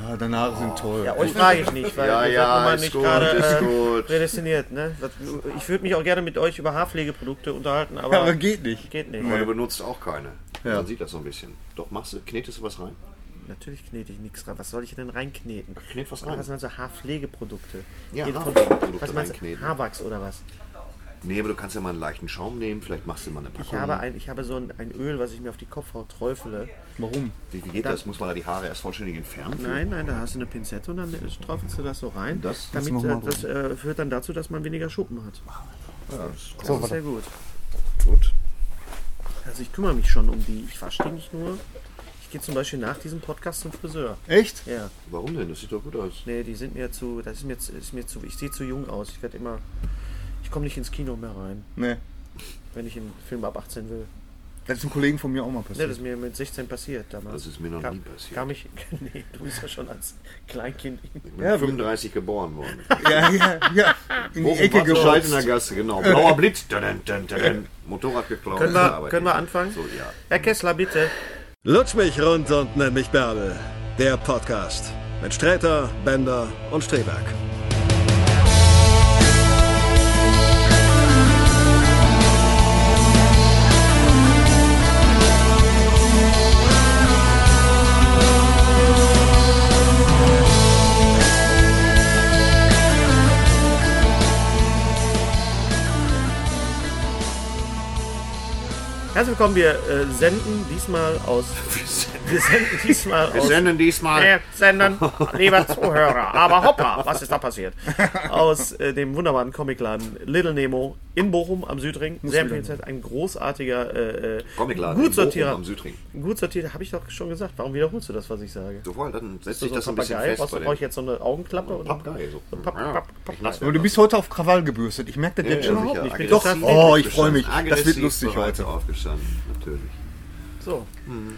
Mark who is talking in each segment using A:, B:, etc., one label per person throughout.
A: Ja, deine Haare Ah, sind toll.
B: Ja, euch frage ich nicht, weil
C: Ja,
B: ihr
C: ja,
B: seid nun mal
C: ist
B: nicht
C: gut,
B: gerade
C: ist
B: äh,
C: gut.
B: prädestiniert. Ne? Das, ich würde mich auch gerne mit euch über Haarpflegeprodukte unterhalten, aber,
A: aber geht nicht.
B: geht nicht.
C: Meine benutzt auch keine.
A: Ja.
C: Man sieht das so ein bisschen. Doch, machst du, knetest du was rein?
B: Natürlich knete ich nichts rein. Was soll ich denn reinkneten?
C: Knet was rein.
B: Was sind also Haarpflegeprodukte?
C: Ja,
B: Jede von-
C: Haarpflegeprodukte
B: Was meinst du?
C: reinkneten.
B: Haarwachs oder was?
C: Nee, aber du kannst ja mal einen leichten Schaum nehmen. Vielleicht machst du mal eine Packung.
B: Ich habe, ein, ich habe so ein, ein Öl, was ich mir auf die Kopfhaut träufele.
A: Warum?
C: wie, wie geht das? Muss man da die Haare erst vollständig entfernen?
B: Nein, nein, da hast du eine Pinzette und dann träufelst du das so rein.
C: Das- das
B: damit,
A: machen wir
B: äh, das äh, führt dann dazu, dass man weniger Schuppen hat. Das ist sehr gut.
C: Gut.
B: Also ich kümmere mich schon um die. Ich wasche die nicht nur. Ich gehe zum Beispiel nach diesem Podcast zum Friseur.
A: Echt?
B: Ja,
C: Warum denn? Das sieht doch gut aus.
B: nee, die sind mir zu, das ist mir, zu- ist mir zu, ich sehe zu jung aus. Ich werde immer, ich komme nicht ins Kino mehr rein,
A: Nee.
B: wenn ich einen Film ab 18 will.
A: Das ist einem Kollegen von mir auch mal
B: Nee,
A: passiert.
B: das ist mir mit 16 passiert damals.
C: Das ist mir noch
B: kam,
C: nie passiert.
B: Kam ich, nee, du bist ja schon als Kleinkind.
C: Ich bin 35 geboren worden.
A: ja, ja, ja. In die
C: Bochum,
A: Ecke
C: Wattenscheid in der
A: geschaltet.
C: Gasse, genau. Blauer Blitz. Dun, dun, dun, dun. Motorrad geklaut.
B: Können wir,
C: Arbeitgeber.
B: können wir anfangen?
C: So, ja.
B: Herr Kessler, bitte.
D: Lutsch mich rund und nenn mich Bärbel. Der Podcast mit Sträter, Bender und Streberg.
B: Herzlich willkommen, wir äh, senden diesmal aus. Wir senden diesmal
C: Wir
B: aus.
C: senden
B: Wir
C: diesmal.
B: senden, lieber Zuhörer. Aber hoppla, was ist da passiert? Aus äh, dem wunderbaren Comicladen Little Nemo in Bochum am Südring. Sehr empfehlenswert, ein großartiger, äh, äh,
C: Comicladen. in
B: gut
C: Bochum
B: sortierter.
C: Am Südring.
B: Gut sortierter, habe ich doch schon gesagt. Warum wiederholst du das, was ich sage?
C: So, voll, dann setzt
B: So
C: sich
B: ein
C: das ein bisschen
B: Papagei?
C: fest.
B: Brauchst
C: bei
B: du
C: den-
B: brauchst jetzt so eine Augenklappe? oder-
C: Papagei, so.
B: So Papp,
C: Ja.
B: Papp,
C: Ich lass
B: Papp.
A: Aber du bist heute auf Krawall gebürstet. Ich merke das jetzt schon.
B: überhaupt
C: sicher.
B: nicht. Ich bin
C: Aggressiv
B: total-
A: Oh, ich
C: aufgestanden.
A: freue mich. Das wird
C: Aggressiv
A: lustig
C: bereits
A: heute.
C: aufgestanden, natürlich.
B: So.
C: Mhm.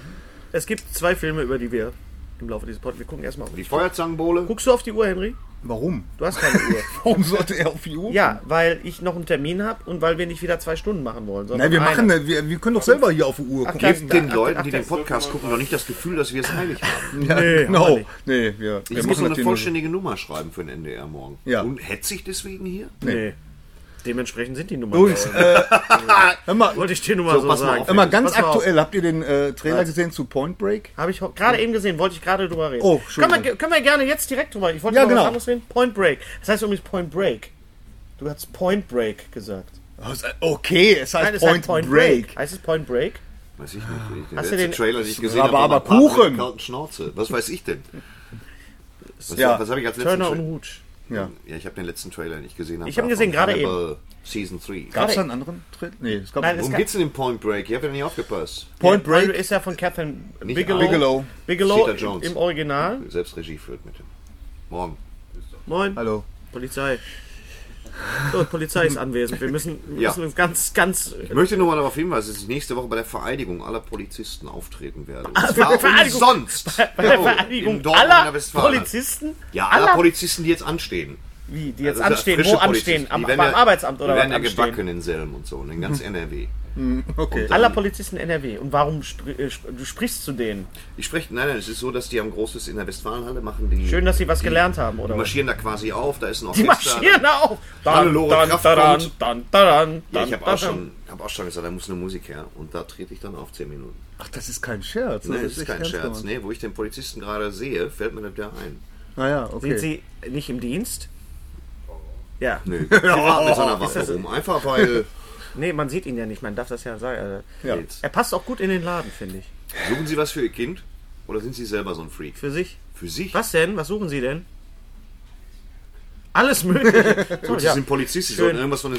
B: Es gibt zwei Filme, über die wir im Laufe dieses Podcasts. Wir gucken erstmal.
C: Die Feuerzangenbowle.
B: Guckst du auf die Uhr, Henry?
A: Warum?
B: Du hast keine Uhr.
A: Warum sollte er auf die Uhr?
B: Ja, weil ich noch einen Termin habe und weil wir nicht wieder zwei Stunden machen wollen. sondern
A: Nein, wir
B: eine.
A: machen, ne, wir, wir können doch selber hier auf die Uhr
B: Ach,
A: gucken.
B: das-
C: Gebt den
B: Ach,
C: Leuten,
B: ach,
C: die
B: das
C: den Podcast gucken, doch nicht das Gefühl, dass wir es heilig haben.
A: Ja,
B: Nee, aber
A: genau.
B: nicht.
A: Nee, wir, wir
C: Ich muss
A: das
C: eine
A: hier
C: vollständige Nummer schreiben für den NDR morgen.
A: Ja.
C: Und hetze ich deswegen hier?
B: Nee. Dementsprechend sind die Nummern.
A: nur so.
B: da.
A: Und, äh, hör mal,
B: Wollte ich dir nur mal
C: So,
B: so,
C: pass mal
B: sagen.
C: auf.
A: hör mal, ganz
B: Pass mal auf.
A: aktuell, habt ihr den äh, Trailer gesehen zu Point Break?
B: Habe ich ho- gerade eben gesehen, wollte ich gerade drüber reden.
A: Oh,
B: können
A: Entschuldigung.
B: wir, können wir gerne jetzt direkt drüber reden. Ich wollte
A: Ja,
B: noch was
A: genau.
B: anderes reden. Point Break. Das heißt übrigens Point Break. Du hast Point Break gesagt.
A: Oh, es- Okay, es heißt
B: es heißt
A: Point, Break.
B: Heißt es Point Break?
C: Weiß ich nicht. Der
B: Hast
C: letzte
B: du den-
C: Trailer, den ich gesehen habe,
A: Rhabarber
C: war mein Partner
A: Kuchen.
C: mit kalten Schnauze. Was weiß ich denn? Was,
A: Ja.
C: was habe ich als letzten
B: Turner und
C: Trailer?
B: Hutsch.
A: Ja.
C: Ja, ich habe den letzten Trailer nicht gesehen.
B: Ich hab ihn gesehen, gerade eben.
C: Season 3.
A: Gab es da einen anderen Trailer? Nee, es gab
B: Nein, es
C: Worum
B: gab-
C: geht's denn in Point Break? Ihr habt ja nicht aufgepasst.
A: Point
B: Break
A: Break.
B: ist ja von Catherine
C: Nicht
B: Bigelow.
C: alle.
A: Bigelow.
B: Bigelow
C: Peter Jones.
B: im Original.
C: Selbst Regie führt mit dem. Morgen.
B: Moin.
A: Hallo.
B: Polizei. So, die Polizei ist anwesend. Wir müssen, wir
C: Ja.
B: müssen uns ganz, ganz.
C: Ich möchte nur mal darauf hinweisen, dass ich nächste Woche bei der Vereidigung aller Polizisten auftreten werde.
B: Ah,
C: Und zwar
B: Vereidigung-
C: umsonst.
B: Bei der
C: Jo, in
B: Vereinigung
C: Dortmund in
B: aller
C: Westfalen.
B: Polizisten?
C: Ja, aller Polizisten, die jetzt anstehen.
B: Wie, die jetzt
C: Also da
B: anstehen?
C: frische
B: Wo anstehen?
C: Polizisten,
B: Am,
C: die werden
B: beim
C: ja-
B: Arbeitsamt oder
C: Die
B: was
C: werden ja
B: anstehen? Hm.
C: gebacken in Selm und so, und in ganz NRW.
A: Okay.
B: Aller Polizisten NRW. Und warum spr äh, sp du sprichst zu denen?
C: Ich spreche, nein, nein, es ist so, dass die am Großes in der Westfalenhalle machen die.
B: Schön, dass sie was
C: die-
B: gelernt haben,
C: Die
B: oder? was?
C: marschieren da quasi auf, da ist ein
B: Die
C: Orchester.
B: marschieren auf!
C: Hannelore Kraft
B: dann,
C: kommt.
B: dann, dann,
C: Ja, ich
B: dann,
C: habe auch,
B: dann.
C: schon- hab auch schon gesagt, da muss eine Musik her. Und da trete ich dann auf 10 Minuten.
A: Ach, das ist kein Scherz.
C: Nee, das
A: echt
C: ist kein
A: ernst
C: Scherz.
A: gemeint.
C: Nee, wo ich den Polizisten gerade sehe, fällt mir das ja ein.
A: Naja, okay.
B: Sind sie nicht im Dienst? Ja.
C: Nee, ich war mit so einer Waffe rum. Einfach weil.
B: Nee, man sieht ihn ja nicht, man darf das ja sagen. äh,
A: Ja.
C: Jetzt.
B: Er passt auch gut in den Laden, finde ich.
C: Suchen Sie was für Ihr Kind? Oder sind Sie selber so ein Freak?
B: Für sich.
C: Für sich?
B: Was denn? Was suchen Sie denn? Alles Mögliche. So,
C: Gut, Sie
B: ja.
C: sind Polizist, Sie
B: Schön.
C: sollten irgendwas von den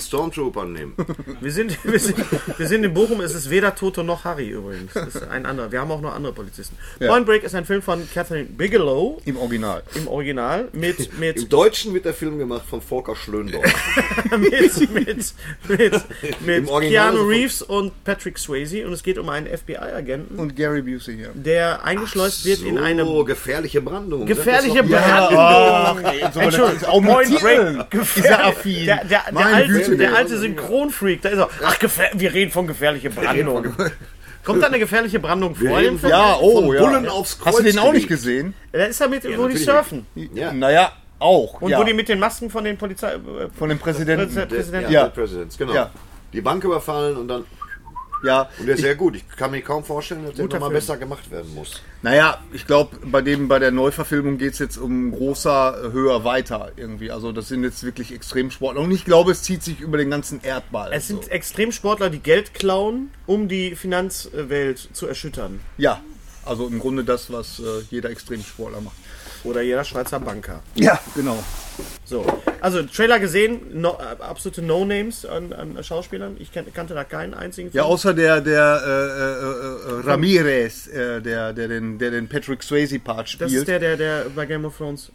C: Stormtroopern nehmen.
B: wir, sind, wir, sind, wir sind in Bochum, es ist weder Toto noch Harry übrigens. Es ist ein anderer. Wir haben auch noch andere Polizisten. Point Break ist ein Film von Catherine Bigelow
A: Im Original.
B: im Original mit,
C: Im
B: mit,
C: Deutschen wird der Film gemacht von Volker Schlöndorff.
B: mit, mit, mit, mit
C: Im Original
B: Keanu
C: ist es-
B: Reeves und Patrick Swayze und es geht um einen FBI-Agenten,
A: Und Gary Busey hier.
B: der eingeschleust wird in eine
C: So, gefährliche Brandung.
B: gefährliche
C: Brandung.
B: Behandlung. genau. Entschuldigung,
A: auch mit Titeln.
B: Point Break.
A: Ist er affin.
B: Der, der, der,
A: Meine
B: alte,
A: Güte.
B: der alte Synchronfreak, da ist er. Ach, gefähr wir reden von gefährlicher Brandung. Kommt da eine gefährliche Brandung vor?
C: reden
B: dem Film?
A: Ja, oh, ja.
C: Bullen aufs
A: Hast du den
C: Kreuz
A: auch nicht
C: gelegt.
A: gesehen?
B: Da ist er mit, wo die
C: natürlich.
B: surfen.
C: Ja.
A: Naja, auch.
B: Und
A: ja.
B: wo die mit den Masken von den Polizei... äh,
A: Von dem Präsidenten.
B: Präsident-
C: Präsident.
B: Präsidenten.
C: Ja,
A: Ja.
C: der Präsident, genau.
A: Ja.
C: Die Bank überfallen und dann.
A: ja.
C: Und der ist sehr gut. Ich kann mir kaum vorstellen, dass der
B: Guter
C: nochmal
B: Film.
C: besser gemacht werden muss.
A: Naja, ich glaube, bei dem, bei der Neuverfilmung geht es jetzt um großer, höher, weiter irgendwie. Also das sind jetzt wirklich Extremsportler. Und ich glaube, es zieht sich über den ganzen Erdball. Also,
B: Es sind
A: so.
B: Extremsportler, die Geld klauen, um die Finanzwelt zu erschüttern.
A: Ja, also im Grunde das, was äh, jeder Extremsportler macht.
B: Oder jeder Schweizer Banker.
A: Ja, genau.
B: So, also Trailer gesehen, no, äh, absolute No-Names an, an Schauspielern. Ich kan kannte da keinen einzigen.
A: Ja,
B: von.
A: außer der, der äh, äh, äh, äh, Ramirez, äh, der, der, den, der den Patrick Swayze-Part spielt.
B: Das ist der, der, der bei Game of Thrones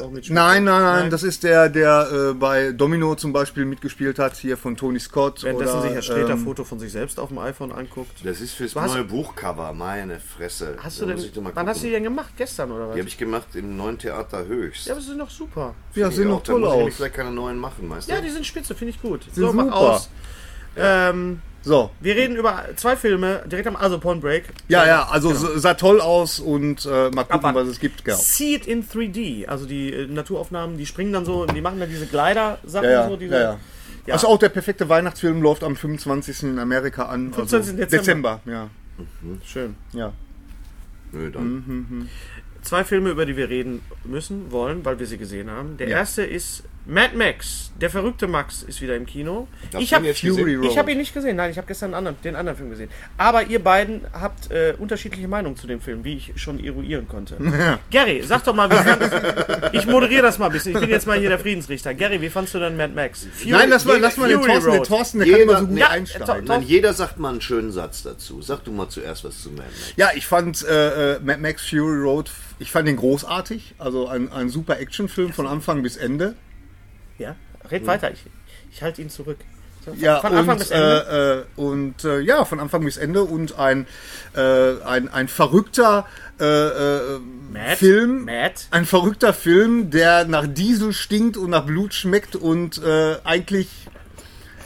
B: auch mitspielt.
A: Nein, nein, nein, das ist der, der äh, bei Domino zum Beispiel mitgespielt hat, hier von Tony Scott.
B: Währenddessen
A: oder,
B: sich Herr Sträter
A: ähm,
B: Foto von sich selbst auf dem iPhone anguckt.
C: Das ist fürs
B: hast-
C: neue Buchcover, meine Fresse.
B: Hast
C: Da
B: du denn,
C: muss ich doch mal
B: wann hast du die
C: gucken.
B: denn gemacht? Gestern oder was?
C: Die habe ich gemacht im neuen Theater höchst.
B: ja, aber sie sind doch super.
A: Ja, sehen
C: Ja,
A: noch
C: da
A: toll
C: muss ich nämlich
A: aus.
C: vielleicht keine neuen machen, weißt du?
B: Ja, die sind spitze, finde ich gut.
A: Sind
B: so, mach
A: super.
B: aus. Ähm,
A: So,
B: wir reden über zwei Filme direkt am also Porn Break.
A: ja, ja, also s- sah toll aus und äh, mal gucken,
B: Genau. Abwarten.
A: was es gibt. Genau.
B: See it in 3D, also die äh, Naturaufnahmen, die springen dann so, die machen dann diese Glider-Sachen
A: Ja, ja,
B: so. Diese,
A: ja, ja.
B: Ja.
A: Also auch der perfekte Weihnachtsfilm läuft am 25. in Amerika an.
B: 25.
A: Also
B: Dezember.
A: Dezember, ja.
B: Schön.
A: ja.
C: Nö, dann.
A: Mhm.
B: zwei Filme, über die wir reden müssen, wollen, weil wir sie gesehen haben. Der
A: Ja.
B: erste ist Mad Max. Der verrückte Max ist wieder im Kino.
C: Hast
B: ich
C: du ihn
B: habe
C: jetzt
A: Fury
C: gesehen?
A: Road.
B: ich hab ihn nicht gesehen. Nein, ich habe gestern einen anderen, den anderen Film gesehen. Aber ihr beiden habt äh, unterschiedliche Meinungen zu dem Film, wie ich schon eruieren konnte. Gary, sag doch mal, wie fandest du- Ich moderiere das mal ein bisschen. Ich bin jetzt mal hier der Friedensrichter. Gary, wie fandst du denn Mad Max? Fury,
A: Nein, lass mal,
B: Fury
A: lass mal den Thorsten, den
B: Road.
A: Thorsten, der
C: Jeder-
A: kann immer so gut
C: Ja,
A: einsteigen. ne?
C: Nein, jeder sagt mal einen schönen Satz dazu. Sag du mal zuerst was zu Mad Max.
A: Ja, ich fand äh, äh, Mad Max Fury Road, ich fand den großartig. Also ein, ein super Actionfilm von Anfang bis Ende.
B: Ja, red weiter. Ich, ich halte ihn zurück. So,
A: Ja,
B: von
A: und,
B: Anfang bis Ende.
A: Äh, äh, und äh, ja, von Anfang bis Ende und ein, äh, ein, ein verrückter äh, äh,
B: Mad?
A: Film.
B: Mad?
A: Ein verrückter Film, der nach Diesel stinkt und nach Blut schmeckt und äh, eigentlich.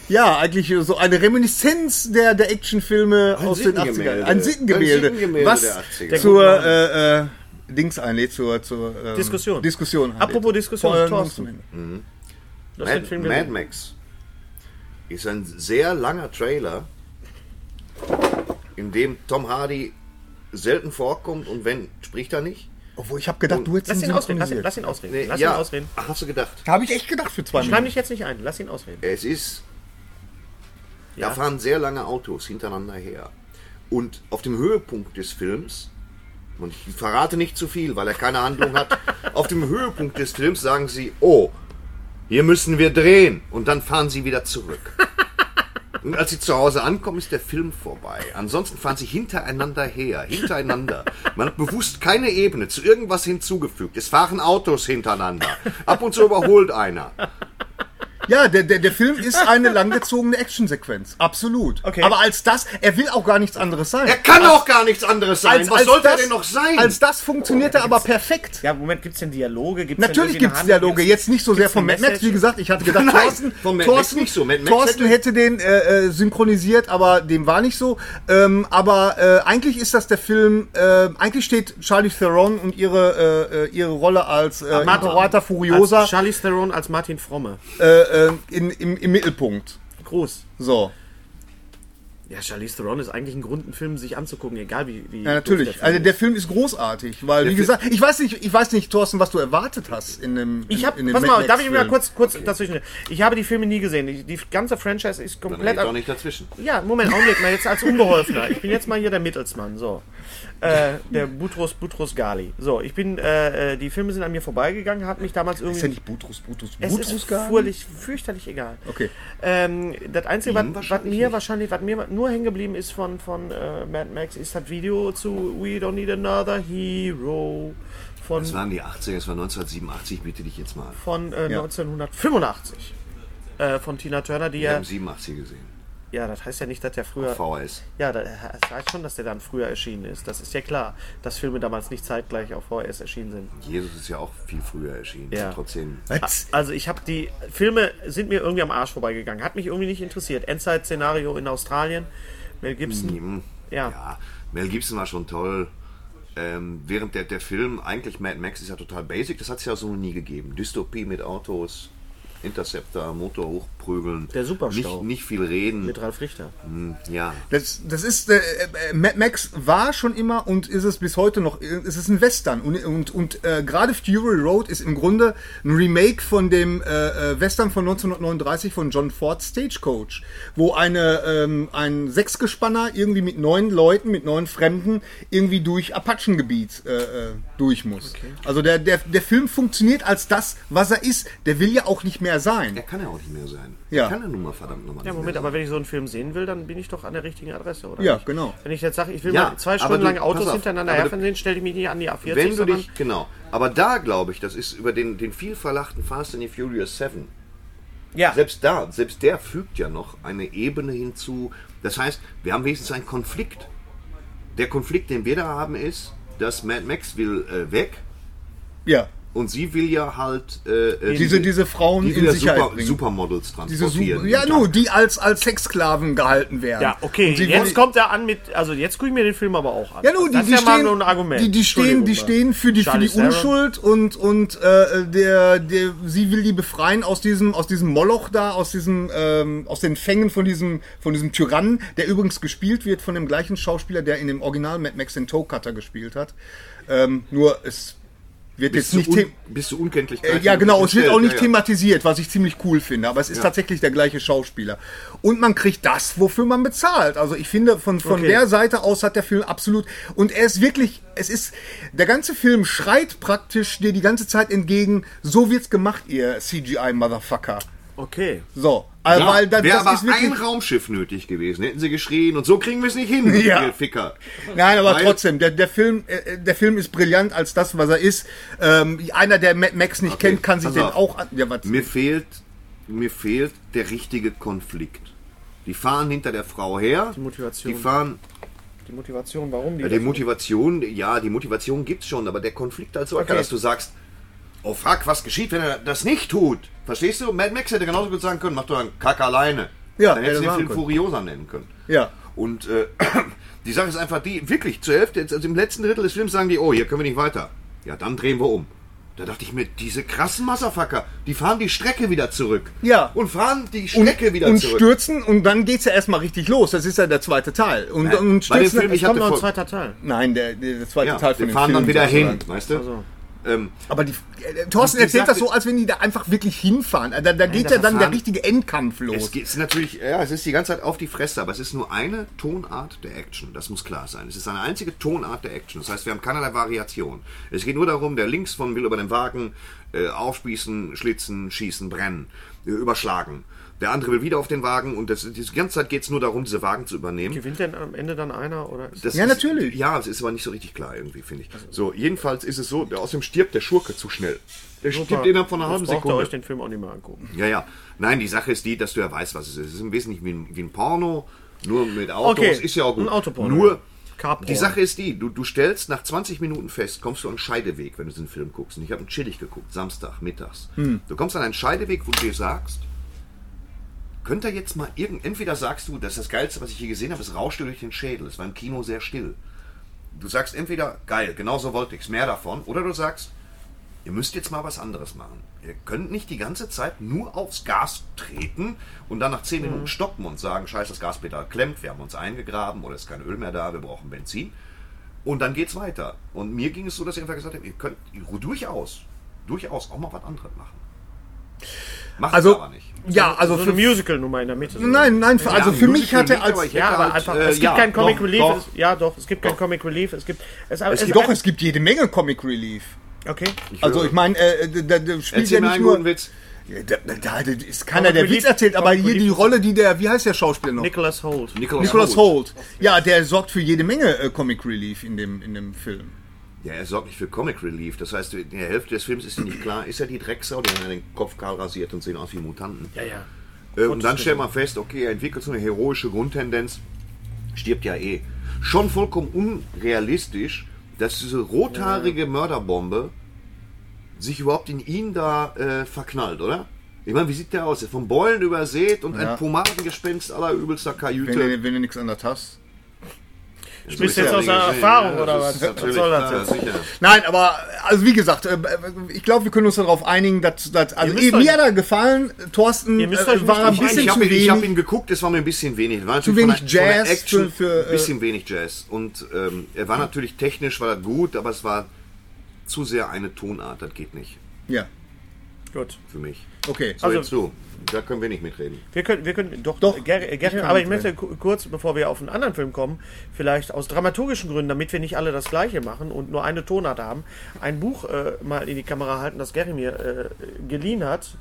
A: Ja, eigentlich so eine Reminiszenz der, der Actionfilme aus den 80ern.
C: Sittengemälde.
A: Ein Sittengemälde.
C: Ein Sittengemälde
A: was
C: der 80er.
A: zur äh, äh, Dings einlädt, zur, zur ähm,
B: Diskussion.
A: Diskussion einlädt.
B: Apropos Diskussion,
A: Von-
B: Thorsten. Du hast den
C: Mad,
B: Film
C: Mad
B: gesehen.
C: Max ist ein sehr langer Trailer, in dem Tom Hardy selten vorkommt und wenn, spricht er nicht.
A: Obwohl, ich habe gedacht, du hättest
B: Lass ihn ausreden, lass ihn,
A: synchronisiert.
B: lass ihn ausreden. lass ihn ausreden.
C: Ach, hast du gedacht?
A: Habe ich echt gedacht für zwei
B: Schleim
A: Minuten.
B: dich jetzt nicht ein, lass ihn ausreden.
C: Es ist.
B: Ja.
C: Da fahren sehr lange Autos hintereinander her. Und auf dem Höhepunkt des Films, und ich verrate nicht zu viel, weil er keine Handlung hat, auf dem Höhepunkt des Films sagen sie, oh, hier müssen wir drehen. Und dann fahren sie wieder zurück. Und als sie zu Hause ankommen, ist der Film vorbei. Ansonsten fahren sie hintereinander her, hintereinander. Man hat bewusst keine Ebene zu irgendwas hinzugefügt. Es fahren Autos hintereinander. Ab und zu überholt einer.
A: Ja, der, der, der Film ist eine langgezogene Actionsequenz. Absolut.
B: Okay.
A: Aber als das, er will auch gar nichts anderes sein.
C: Er kann auch gar nichts anderes sein. Was sollte er denn noch sein?
A: Als das funktioniert er aber perfekt.
B: Ja, Moment, gibt's denn Dialoge? Gibt's
A: Natürlich
B: denn irgendwie
A: gibt's
B: eine Handlung?
A: Dialoge, jetzt nicht so sehr von Mad
B: eine
A: Max, wie
B: Message?
A: gesagt, ich hatte gedacht,
C: Nein,
A: Thorsten,
C: von Mad Max
A: Thorsten,
C: nicht so. Mad Max
A: Thorsten hätte den äh, äh, synchronisiert, aber dem war nicht so. Ähm, aber äh, eigentlich ist das der Film, äh, eigentlich steht Charlie Theron und ihre, äh, äh, ihre Rolle als äh,
B: Martin-
A: Imperator Furiosa
B: Als Charlize Theron als Martin Fromme.
A: äh, äh, in, im, im Mittelpunkt.
B: Groß.
A: So.
B: Ja, Charlize Theron ist eigentlich ein Grund, einen Film sich anzugucken, egal wie. wie
A: Ja, natürlich. also der Film ist großartig, weil wie gesagt, ich weiß nicht, ich weiß nicht, Thorsten, was du erwartet hast in dem.
B: Ich habe,
A: in, in
B: pass
A: dem
B: mal,
A: Mad
B: darf ich mal
A: Max-Film.
B: kurz, kurz dazwischen reden? Ich habe die Filme nie gesehen. Die, die ganze Franchise ist
C: Dann
B: komplett.
C: redet doch nicht dazwischen.
B: Ja, Moment, Augenblick mal, jetzt als Unbeholfener. Ich bin jetzt mal hier der Mittelsmann, so. Äh, der Butros Butros Gali. So, ich bin, äh, äh, die Filme sind an mir vorbeigegangen, hat mich damals irgendwie.
A: Ist ja nicht Butrus, Butrus,
B: es
A: Butrus
B: ist
A: Garden?
B: furchtlich, fürchterlich egal.
A: Okay.
B: Ähm, das Einzige,
C: Ihm
B: was, was
C: wahrscheinlich
B: mir
C: nicht.
B: wahrscheinlich, was mir nur hängen geblieben ist von, von äh, Mad Max, ist das Video zu We Don't Need Another Hero von,
C: Das waren die 80er, das war 1987, bitte dich jetzt mal.
B: von äh,
A: Ja.
B: 1985. Äh, von Tina Turner, die
C: Wir
B: ja.
C: haben 87 gesehen.
B: Ja, das heißt ja nicht, dass der früher.
C: VHS.
B: Ja, da- das heißt schon, dass der dann früher erschienen ist. Das ist ja klar, dass Filme damals nicht zeitgleich auf VHS erschienen sind.
C: Jesus ist ja auch viel früher erschienen.
B: Ja.
C: Trotzdem.
A: Was?
B: Also ich habe die Filme sind mir irgendwie am Arsch vorbeigegangen. Hat mich irgendwie nicht interessiert. Endzeit-Szenario in Australien, Mel Gibson.
C: Mhm.
B: Ja.
C: ja. Mel Gibson war schon toll. Ähm, während der, der Film, eigentlich Mad Max ist ja total basic, das hat es ja so noch nie gegeben. Dystopie mit Autos, Interceptor, Motor hochprügeln.
B: Der Superstau.
C: Nicht, nicht viel reden.
B: Mit Ralf Richter.
C: Hm, ja.
A: Das, das ist, äh, äh, Mad Max war schon immer und ist es bis heute noch, äh, es ist ein Western. Und, und, und äh, gerade Fury Road ist im Grunde ein Remake von dem äh, äh, Western von 1939 von John Ford Stagecoach, wo eine, ähm, ein Sechsgespanner irgendwie mit neun Leuten, mit neun Fremden irgendwie durch Apachengebiet äh, äh, durch muss. Also der, der, der Film funktioniert als das, was er ist. Der will ja auch nicht mehr
C: Er
A: sein.
C: kann ja auch nicht mehr sein.
A: Ja.
C: Er kann ja nun mal verdammt nochmal.
B: Ja, Moment, aber wenn ich so einen Film sehen will, dann bin ich doch an der richtigen Adresse, oder?
A: Ja,
B: nicht?
A: genau.
B: Wenn ich jetzt sage, ich will
C: Ja,
B: mal zwei
C: aber
B: Stunden
C: du-
B: lang Autos
C: pass auf,
B: hintereinander
C: aber du-
B: herfahren sehen, stelle ich mich nicht an die A40,
C: Wenn du
B: sondern
C: dich, genau. Aber da glaube ich, das ist über den, den vielverlachten Fast and the Furious 7.
B: ja.
C: Selbst da, selbst der fügt ja noch eine Ebene hinzu. Das heißt, wir haben wenigstens einen Konflikt. Der Konflikt, den wir da haben, ist, dass Mad Max will äh, weg
A: Ja.
C: und sie will ja halt äh, äh,
A: Diese, diese Frauen
C: die will
A: in
C: ja
A: Sicherheit
C: Super,
A: bringen.
C: Supermodels
A: Diese
C: transportieren.
A: Super ja,
C: Und
A: nu,
C: dann-
A: die als, als Sexsklaven gehalten werden.
B: Ja, okay.
A: Und sie-
B: Jetzt kommt er an mit, also jetzt gucke ich mir den Film aber auch an.
A: Ja, nu, die,
B: das
A: die,
B: ist ja mal
A: stehen,
B: nur ein Argument.
A: die, die stehen, die
B: Entschuldigung,
A: stehen für die, für die
B: Charlize Theron.
A: Unschuld und, und äh, der, der, sie will die befreien aus diesem, aus diesem Moloch da, aus diesem, ähm, aus den Fängen von diesem, von diesem Tyrannen, der übrigens gespielt wird von dem gleichen Schauspieler, der in dem Original Mad Max den Toe Cutter gespielt hat. Ähm, nur es wird
C: bis,
A: jetzt nicht
C: zu
A: them-
C: un, bis zu Unkenntlichkeit.
A: Äh, ja, genau, es wird auch nicht
C: Ja, ja.
A: thematisiert, was ich ziemlich cool finde, aber es ist tatsächlich der gleiche Schauspieler. Und man kriegt das, wofür man bezahlt. Also ich finde, von, von
B: Okay.
A: der Seite aus hat der Film absolut. Und er ist wirklich, es ist. Der ganze Film schreit praktisch dir die ganze Zeit entgegen, so wird's gemacht, ihr CGI-Motherfucker.
B: Okay.
A: So. Äh,
C: Ja,
A: weil da,
C: Wäre
A: das
C: aber
A: ist wirklich.
C: ein Raumschiff nötig gewesen. Hätten sie geschrien und so kriegen wir es nicht hin,
A: Ja.
C: ihr Ficker.
A: Nein, aber
C: Weil-
A: trotzdem, der, der, Film, äh, der Film ist brillant als das, was er ist. Ähm, einer, der Mad Max nicht
C: Okay,
A: kennt, kann sich
C: pass
A: den
C: auf.
A: auch an. Ja, was?
C: Mir fehlt, mir fehlt der richtige Konflikt. Die fahren hinter der Frau her. Die
B: Motivation.
C: Die fahren.
B: Die Motivation, warum die.
C: Ja, die Motivation, ja, die Motivation gibt's schon, aber der Konflikt als solcher,
B: Okay.
C: dass du sagst, oh fuck, was geschieht, wenn er das nicht tut? Verstehst du? Mad Max hätte genauso gut sagen können, mach doch einen Kack alleine.
A: Ja,
C: Dann
A: hätte
C: hättest du den
A: machen
C: Film
A: können.
C: Furiosa nennen können.
A: Ja.
C: Und äh, die Sache ist einfach die, wirklich, zur Hälfte, also im letzten Drittel des Films sagen die, oh, hier können wir nicht weiter. Ja, dann drehen wir um. Da dachte ich mir, diese krassen Motherfucker, die fahren die Strecke wieder zurück.
A: Ja.
C: Und fahren die Strecke wieder
A: und
C: zurück.
A: stürzen und dann geht's ja erstmal richtig los. Das ist ja der zweite Teil. Und,
C: Nein,
A: und
C: bei dem
A: stürzen.
C: Film, ich
B: Kommt
C: hatte
B: noch ein
C: voll,
B: zweiter Teil.
A: nein, der, der der zweite
C: ja,
A: Teil von
C: wir
A: dem
C: fahren
A: Film. also-
C: dann wieder hin,
A: sozusagen.
C: weißt du? Ähm,
A: Aber die, äh, Thorsten
C: Und die
A: erzählt das
C: Sache-
A: so, als wenn die da einfach wirklich hinfahren. Da, da geht ja
B: das
A: dann der
C: fahren-
A: richtige Endkampf los.
C: Es geht- es ist natürlich, ja, es ist die ganze Zeit auf die Fresse, aber es ist nur eine Tonart der Action. Das muss klar sein. Es ist eine einzige Tonart der Action. Das heißt, wir haben keinerlei Variation. Es geht nur darum, der links von will über den Wagen, Äh, aufspießen, schlitzen, schießen, brennen, äh, überschlagen. Der andere will wieder auf den Wagen und das, die ganze Zeit geht's nur darum, diese Wagen zu übernehmen.
B: Gewinnt denn am Ende dann einer? Oder ist
C: Das
A: Ja,
C: ist,
A: natürlich.
C: Ja, es ist aber nicht so richtig klar irgendwie, finde ich.
B: Also
C: So, jedenfalls ist es so, der, außerdem stirbt der Schurke zu schnell. Der stirbt innerhalb von einer halben
B: Sonst braucht ihr euch
C: Sekunde.
B: den Film auch nicht mehr angucken.
C: Ja, ja. Nein, die Sache ist die, dass du ja weißt, was es ist. Es ist im Wesentlichen wie ein, wie ein Porno, nur mit Autos.
B: Okay,
C: Ist ja auch gut.
B: ein Autoporno.
C: Nur,
B: Carporn.
C: die Sache ist die, du, du stellst nach 20 Minuten fest, kommst du an einen Scheideweg, wenn du den Film guckst. Und ich habe einen chillig geguckt, Samstag, mittags.
B: Hm.
C: Du kommst an einen Scheideweg, wo du dir sagst, könnte jetzt mal irgend, entweder sagst du, das ist das Geilste, was ich je gesehen habe, es rauschte durch den Schädel. Es war im Kino sehr still. Du sagst entweder, geil, genau so wollte ich's, mehr davon. Oder du sagst, ihr müsst jetzt mal was anderes machen. Ihr könnt nicht die ganze Zeit nur aufs Gas treten und dann nach 10
A: Mhm.
C: Minuten stoppen und sagen, scheiße, das Gaspedal klemmt, wir haben uns eingegraben oder es ist kein Öl mehr da, wir brauchen Benzin. Und dann geht's weiter. Und mir ging es so, dass ich einfach gesagt habe, ihr könnt durchaus, durchaus auch mal was anderes machen. Macht
A: Also,
C: es aber nicht.
A: ja, also
B: So eine
A: für,
B: Musical-Nummer in der Mitte. so.
A: nein, nein, für, also
C: Ja,
A: für
C: Musical
A: mich hat er
C: nicht,
A: als,
C: aber ich
B: Ja,
C: hätte
B: aber
C: halt,
B: einfach,
C: äh,
B: es gibt
C: ja,
B: keinen Comic
C: doch,
B: Relief.
C: doch.
B: es, ja, doch, es gibt keinen Comic Relief. Es gibt. Es, es,
C: gibt-
A: doch, es gibt jede Menge Comic Relief.
B: Okay.
A: Also ich meine, äh, da, da spielt
C: Erzähl
A: ja
C: mir
A: nicht
C: einen
A: nur...
C: guten Witz.
A: Ja, Da, da, da ist keiner,
B: Comic
A: der Witz
B: Relief-
A: erzählt, aber
B: Comic
A: hier die
B: Relief.
A: Rolle, die der, wie heißt der Schauspieler noch?
B: Nicholas Holt.
A: Nicholas Holt. Ja, der sorgt für jede Menge äh, Comic Relief in dem, in dem Film.
C: Ja, er sorgt nicht für Comic Relief. Das heißt, in der Hälfte des Films ist ihm nicht klar, ist er die Drecksau, die hat den Kopf kahl rasiert und sehen aus wie Mutanten.
B: Ja, ja.
C: Äh, und dann stellt man fest, okay, er entwickelt so eine heroische Grundtendenz, stirbt ja eh. Schon vollkommen unrealistisch, dass diese rothaarige Mörderbombe sich überhaupt in ihn da äh, verknallt, oder? Ich meine, wie sieht der aus? Er ist Von Beulen übersät und
A: Ja.
C: ein Pomadengespenst aller übelster
A: Wenn
C: Kajüte.
A: du, wenn du nichts anderes hast.
B: Sprichst du jetzt aus der Erfahrung oder was? Was soll das jetzt?
C: jetzt?
A: Nein, aber also wie gesagt, äh, ich glaube, wir können uns darauf einigen, dass, dass also
B: Ihr müsst
A: eh, mir
B: euch-
A: hat er gefallen, Thorsten
B: Ihr müsst
A: äh,
B: euch nicht
A: war ein
B: drauf
A: bisschen
C: Ich
A: zu
C: habe ihn,
A: wenig.
C: ich hab ihn geguckt, es war mir ein bisschen wenig. War natürlich
A: wenig
C: von der- von der
A: Jazz
C: Action,
A: für- für, äh,
C: ein bisschen wenig Jazz. Und ähm, er war natürlich technisch war das gut, aber es war zu sehr eine Tonart. Das geht nicht
A: ja,
B: Gut.
C: für mich.
A: okay.
C: So
B: Also-
C: jetzt du. Da können wir nicht mitreden.
B: Wir können, wir können doch,
A: Doch,
B: doch Gary,
A: ich
B: Gary,
A: kann
B: aber ich
A: mitreden.
B: möchte ku- kurz, bevor wir auf einen anderen Film kommen, vielleicht aus dramaturgischen Gründen, damit wir nicht alle das Gleiche machen und nur eine Tonart haben, ein Buch äh, mal in die Kamera halten, das Gary mir äh, geliehen hat.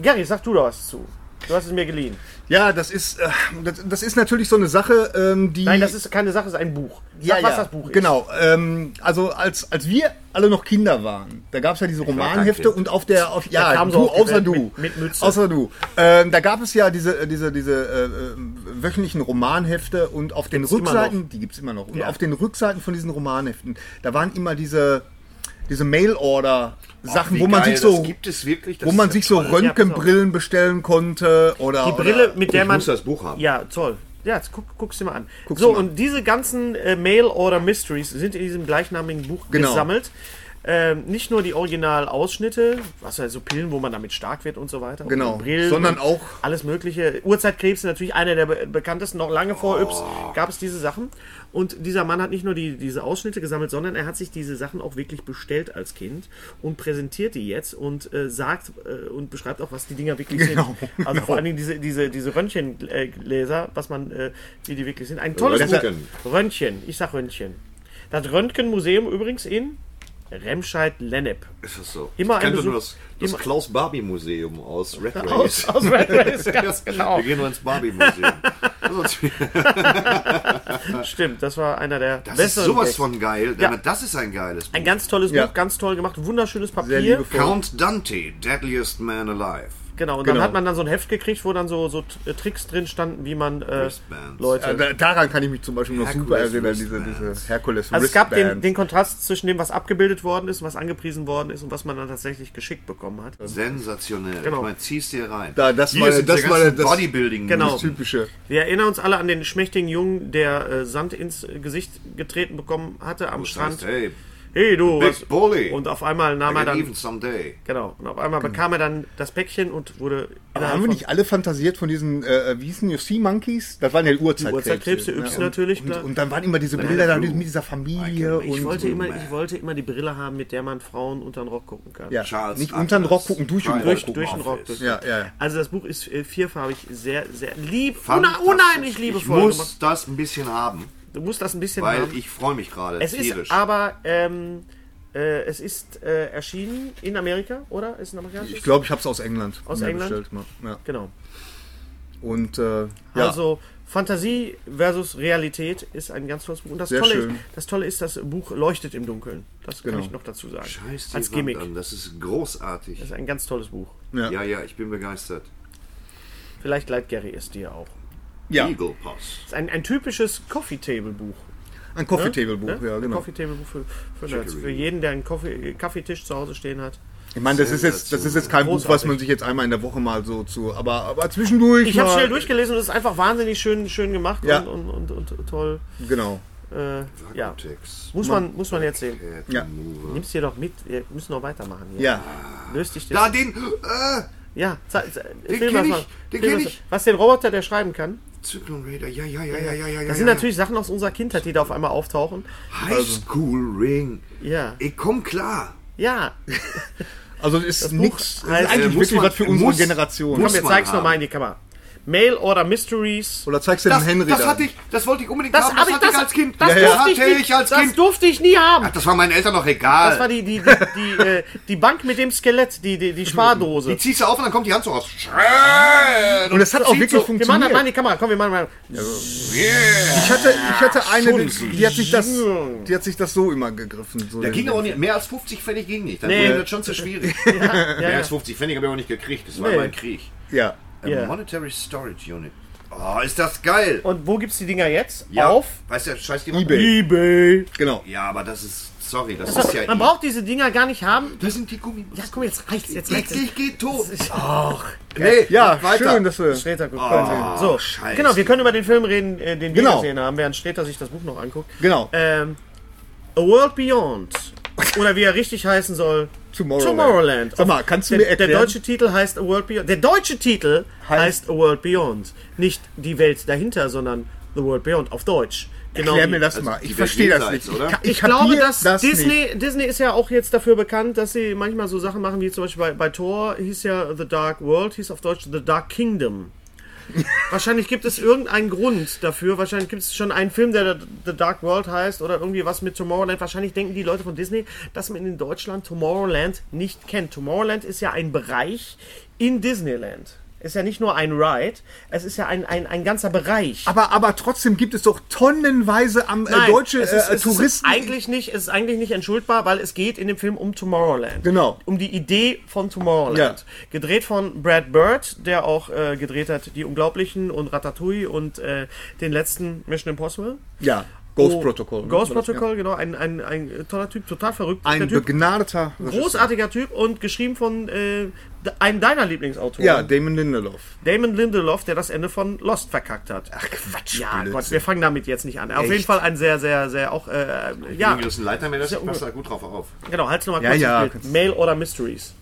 B: Gary, sag du da was zu. Du hast es mir geliehen.
A: Ja, das ist äh, das, das ist natürlich so eine Sache, ähm, die
B: Nein, das ist keine Sache, es ist ein Buch. Sag,
A: ja,
B: was
A: ja,
B: das Buch ist.
A: Genau. Ähm, also als, als wir alle noch Kinder waren, da gab es ja diese
C: war kein
A: Romanhefte
C: Kind.
A: und auf der auf ja,
B: kam
A: du,
B: so auf die
A: außer
B: Welt
A: du
B: mit- mit Mütze.
A: außer du. Ähm, da gab es ja diese diese diese äh, äh, wöchentlichen Romanhefte und auf den
B: immer
A: Rückseiten, die gibt's immer noch. Und
B: Ja.
A: auf den Rückseiten von diesen Romanheften, da waren immer diese diese Mail-Order Sachen,
C: Ach, wie
A: wo man
C: geil,
A: sich so
C: Das gibt es wirklich. Das
A: wo
C: ist
A: man
C: ja
A: sich so
C: toll.
A: Röntgenbrillen bestellen konnte oder
B: Die Brille, mit der
C: Ich
B: man.
C: muss das Buch haben.
B: Ja, toll. Ja, jetzt guck, guck's dir mal an.
A: Guck's
B: so,
A: mal an.
B: und diese ganzen äh, Mail-Order-Mysteries sind in diesem gleichnamigen Buch
A: Genau.
B: gesammelt. Ähm, nicht nur die Originalausschnitte, was ja so Pillen, wo man damit stark wird und so weiter. und
A: Genau.
B: die Brillen
A: Sondern
B: und
A: auch-
B: Alles Mögliche. Urzeitkrebs ist natürlich einer der be bekanntesten. Noch lange vor Yps
C: Oh.
B: gab es diese Sachen. Und dieser Mann hat nicht nur die, diese Ausschnitte gesammelt, sondern er hat sich diese Sachen auch wirklich bestellt als Kind und präsentiert die jetzt und äh, sagt äh, und beschreibt auch, was die Dinger wirklich
A: Genau.
B: sind. Also vor allen Dingen diese, diese, diese Röntgengläser, was man, äh, wie die wirklich sind. Ein tolles
C: Röntgen.
B: Buch. Röntgen, ich sag Röntgen. Das Röntgenmuseum übrigens in Remscheid-Lennep.
C: Ist das so?
B: Immer
C: ich
B: ein
C: kannte
A: also
C: nur
B: Besuch-
C: das, das
B: immer-
C: Klaus Barbie Museum aus Red
B: Aus,
C: Race.
B: aus Red Race, ganz genau.
C: Wir gehen nur ins Barbie Museum. Das ist-
B: Stimmt, das war einer der
C: Das ist
B: besseren
C: sowas
B: Gags.
C: von geil.
B: Ja.
C: Aber Das ist ein geiles Buch.
B: Ein ganz tolles
A: Ja.
B: Buch, ganz toll gemacht, wunderschönes Papier.
A: sehr liebevoll.
C: Count Dante, Deadliest Man Alive.
B: Genau, und
A: Genau.
B: dann hat man dann so ein Heft gekriegt, wo dann so, so T- äh, Tricks drin standen, wie man äh,
C: Wristbands.
B: Leute.
A: Ja, da, daran kann ich mich zum Beispiel noch
C: Herkules
A: super erinnern, diese, diese
C: Wristbands.
A: Herkules
B: also es gab den,
A: Wristband.
B: den Kontrast zwischen dem, was abgebildet worden ist, was angepriesen worden ist und was man dann tatsächlich geschickt bekommen hat.
C: Sensationell.
B: Genau.
C: Ich meine, ziehst dir rein.
A: Da, das
C: Hier
A: meine-
C: sind
A: das
C: diese
A: meine-
C: ganzen
A: das-
C: Bodybuilding.
B: Genau.
A: das typische.
B: Wir erinnern uns alle an den schmächtigen Jungen, der äh, Sand ins äh, Gesicht getreten bekommen hatte am
C: Das
B: Strand.
C: heißt, Oh, hey,
B: hey du,
C: Big
B: was?
C: Bully.
B: Und auf einmal nahm
C: I
B: er
C: can even
B: dann
C: someday.
B: genau, und auf einmal bekam er dann das Päckchen und wurde
A: Aber
B: innerhalb
A: haben wir
B: von-
A: nicht alle fantasiert von diesen, äh, wie hießen die, Sea Monkeys? Das waren ja die Urzeitkrebse.
B: Urzeitkrebse, Yps
A: und,
B: natürlich,
A: Und,
B: klar.
A: und dann waren immer diese Bilder
C: der
A: da
C: Blue.
A: mit mit dieser Familie
C: Ich
A: und...
B: ich wollte,
C: so,
B: immer,
C: man.
B: ich wollte immer die Brille haben, mit der man Frauen unter den Rock gucken kann.
A: ja,
C: Charles
A: nicht unter den Rock
C: Atlas.
A: gucken, durch den
C: Nein,
A: Rock
B: Durch,
A: gucken.
B: durch den Rock.
C: Office.
B: Durch.
A: Ja, ja, ja.
B: Also das Buch ist äh, vierfarbig, sehr, sehr lieb, una-
C: Fantastisch.
B: unheimlich
C: Ich
B: liebevoll
C: muss
B: gemacht.
C: das ein bisschen haben,
B: Du musst das ein bisschen
C: weil
B: haben.
C: ich freue mich gerade
B: es
C: tierisch.
B: ist aber ähm, Äh, es ist äh, erschienen in Amerika, oder? Ist es ein amerikanisches?
A: Ich glaube, ich habe es aus England.
B: Aus
A: mir
B: England?
A: bestellt, Ja. Ja.
B: Genau.
A: Und äh, ja.
B: Also Fantasie versus Realität ist ein ganz tolles Buch. Und das
A: Sehr
B: Tolle, ist,
A: schön.
B: das Tolle ist, das Buch leuchtet im Dunkeln. Das
A: Genau.
B: kann ich noch dazu sagen.
C: Scheiß die
B: Als
C: Als
B: Gimmick.
C: An. Das ist großartig.
B: Das ist ein ganz tolles Buch.
A: ja.
C: ja, ja, ich bin begeistert.
B: Vielleicht leiht Gary es dir auch.
A: Ja.
C: Eagle Pass.
B: Das ist ein, ein typisches Coffee-Table-Buch.
A: Ein Coffee Table Buch, ja,
B: Ein
A: genau.
B: Coffee-Table-Buch Ne? für, für Nerds.
C: Chicory.
B: Für jeden, der einen Kaffee, Kaffeetisch zu Hause stehen hat.
A: Ich meine, das ist jetzt, das ist jetzt kein Buch, was
B: Großartig.
A: man sich jetzt einmal in der Woche mal so zu, aber, aber zwischendurch.
B: Ich habe
A: mal-
B: schnell durchgelesen und es ist einfach wahnsinnig schön, schön gemacht
A: Ja.
B: und, und, und, und toll.
A: Genau.
B: Äh, ja.
C: Text.
B: Muss man, muss man jetzt sehen.
A: Ja.
B: Nimm's dir doch mit. Wir müssen noch weitermachen hier.
A: Ja.
B: Löst dich
C: Da
B: das.
C: den. Äh,
B: Ja, ze- ze-
C: Den
B: film
C: kenn
B: was
C: ich,
B: mal.
C: den
B: Film
C: kenn
B: was-
C: ich.
B: Was den Roboter, der schreiben kann.
C: Zyklon Raider. Ja, ja, ja, ja, ja, ja. ja,
B: Das sind
C: ja.
B: natürlich Sachen aus unserer Kindheit, die da auf einmal auftauchen.
C: High School Ring.
B: Ja.
C: Ich komm klar.
B: Ja.
A: Also es ist
B: Buch
A: nix. Das
B: heißt,
A: ist eigentlich
C: äh, muss
A: wirklich
C: man-
A: was für unsere
C: muss-
A: Generation.
B: Komm,
C: muss-
B: jetzt
C: man
B: zeig's
C: haben.
B: nochmal in die Kamera. Mail Order Mysteries.
A: Oder zeigst du dem
C: Das,
A: Henry
C: das
A: dann.
C: hatte ich, das wollte ich unbedingt
B: Das
C: haben.
B: habe ich,
C: hatte
B: das,
C: ich als Kind.
B: das
C: ja,
B: durfte
C: ja. hatte
B: ich, nicht,
C: ich als
B: das
C: Kind.
B: durfte ich nie haben.
C: Ach, das war meinen Eltern noch egal.
B: Das war die, die, die, die, äh, die Bank mit dem Skelett, die, die, die Spardose.
C: die ziehst du auf und dann kommt die Hand so raus. Schreien.
A: Und das hat auch wirklich
B: Wir machen das
A: funktioniert.
B: mal in die Kamera. Komm, wir machen mal.
A: ich, hatte, ich hatte eine,
C: so.
A: die, die, hat sich das, die hat sich das so immer gegriffen. So
C: Da
A: den-
C: ging auch nicht. Mehr als 50 Pfennig ging nicht. Dann
B: Nee.
C: wurde das schon zu schwierig.
B: ja.
C: Mehr als 50 Pfennig habe ich auch nicht gekriegt. Das war
B: Nee.
C: mein Krieg.
A: Ja.
C: A
B: Ja.
C: Monetary Storage Unit. Oh, ist das geil.
B: Und wo gibt's die Dinger jetzt?
C: ja.
B: Auf
C: Weißt du, scheiß die
A: Ebay.
B: eBay.
A: Genau.
C: Ja, aber das ist. Sorry, das ist ja.
B: Man braucht diese Dinger gar nicht haben.
C: Das sind die Gummis.
B: Ja, guck mal, jetzt reicht's, jetzt
C: Ich,
B: reicht's.
C: ich geh tot.
B: Ach,
C: Nee,
A: Ja,
C: weiter.
A: schön, dass wir.
B: Sträter guckt Fernsehen. So,
C: scheiße.
B: genau, wir können über den Film reden, äh, den wir
A: Genau.
B: gesehen haben, während Sträter sich das Buch noch anguckt.
A: Genau.
C: Äh,
B: Ähm, A World Beyond. Oder wie er richtig heißen soll.
A: Tomorrowland.
B: Tomorrowland.
A: Sag mal, kannst du
B: der,
A: mir erklären-
B: Der deutsche Titel heißt A World Beyond. Der deutsche Titel heißt,
A: Heißt-
B: A World Beyond. Nicht die Welt dahinter, sondern The World Beyond auf Deutsch. Genau.
A: Erklär
B: wie-
A: mir das
C: Also,
A: mal.
C: die
A: Ich verstehe
C: Welt
A: das
C: jenseits,
A: nicht.
C: oder?
A: ka-
B: Ich glaube,
A: kapier nicht.
B: dass Disney, Disney ist ja auch jetzt dafür bekannt, dass sie manchmal so Sachen machen, wie zum Beispiel bei, bei Thor hieß ja The Dark World, hieß auf Deutsch The Dark Kingdom. Wahrscheinlich gibt es irgendeinen Grund dafür. Wahrscheinlich gibt es schon einen Film, der The Dark World heißt oder irgendwie was mit Tomorrowland. Wahrscheinlich denken die Leute von Disney, dass man in Deutschland Tomorrowland nicht kennt. Tomorrowland ist ja ein Bereich in Disneyland. Ist ja nicht nur ein Ride, es ist ja ein, ein, ein ganzer Bereich.
A: Aber, aber trotzdem gibt es doch tonnenweise am äh,
B: Nein,
A: deutsche
B: es ist,
A: äh,
B: es Ist
A: Touristen.
B: eigentlich nicht, es ist eigentlich nicht entschuldbar, weil es geht in dem Film um Tomorrowland.
A: Genau.
B: Um die Idee von Tomorrowland.
A: Ja.
B: Gedreht von Brad Bird, der auch äh, gedreht hat Die Unglaublichen und Ratatouille und äh, den letzten Mission Impossible.
A: ja, Ghost
B: Oh,
A: Protocol. ne?
B: Ghost Protocol, genau. Ein, ein, ein toller Typ, total verrückt.
A: Ein
B: der typ,
A: begnadeter.
B: großartiger Typ und geschrieben von äh, einem deiner Lieblingsautoren.
A: Ja, Damon Lindelof.
B: Damon Lindelof, der das Ende von Lost verkackt hat. Ach Quatsch. Ja,
A: Blödsinn.
B: Gott, wir fangen damit jetzt nicht an. Auf
A: Echt?
B: jeden Fall ein sehr, sehr, sehr auch äh, ja,
C: Ja. Das ist ein Leiter mehr, das
B: Sehr
C: passt da gut drauf auf.
B: Genau, halt's nochmal
A: Ja,
B: kurz
A: ja,
B: im Bild.
A: kannst-
B: Mail oder Mysteries.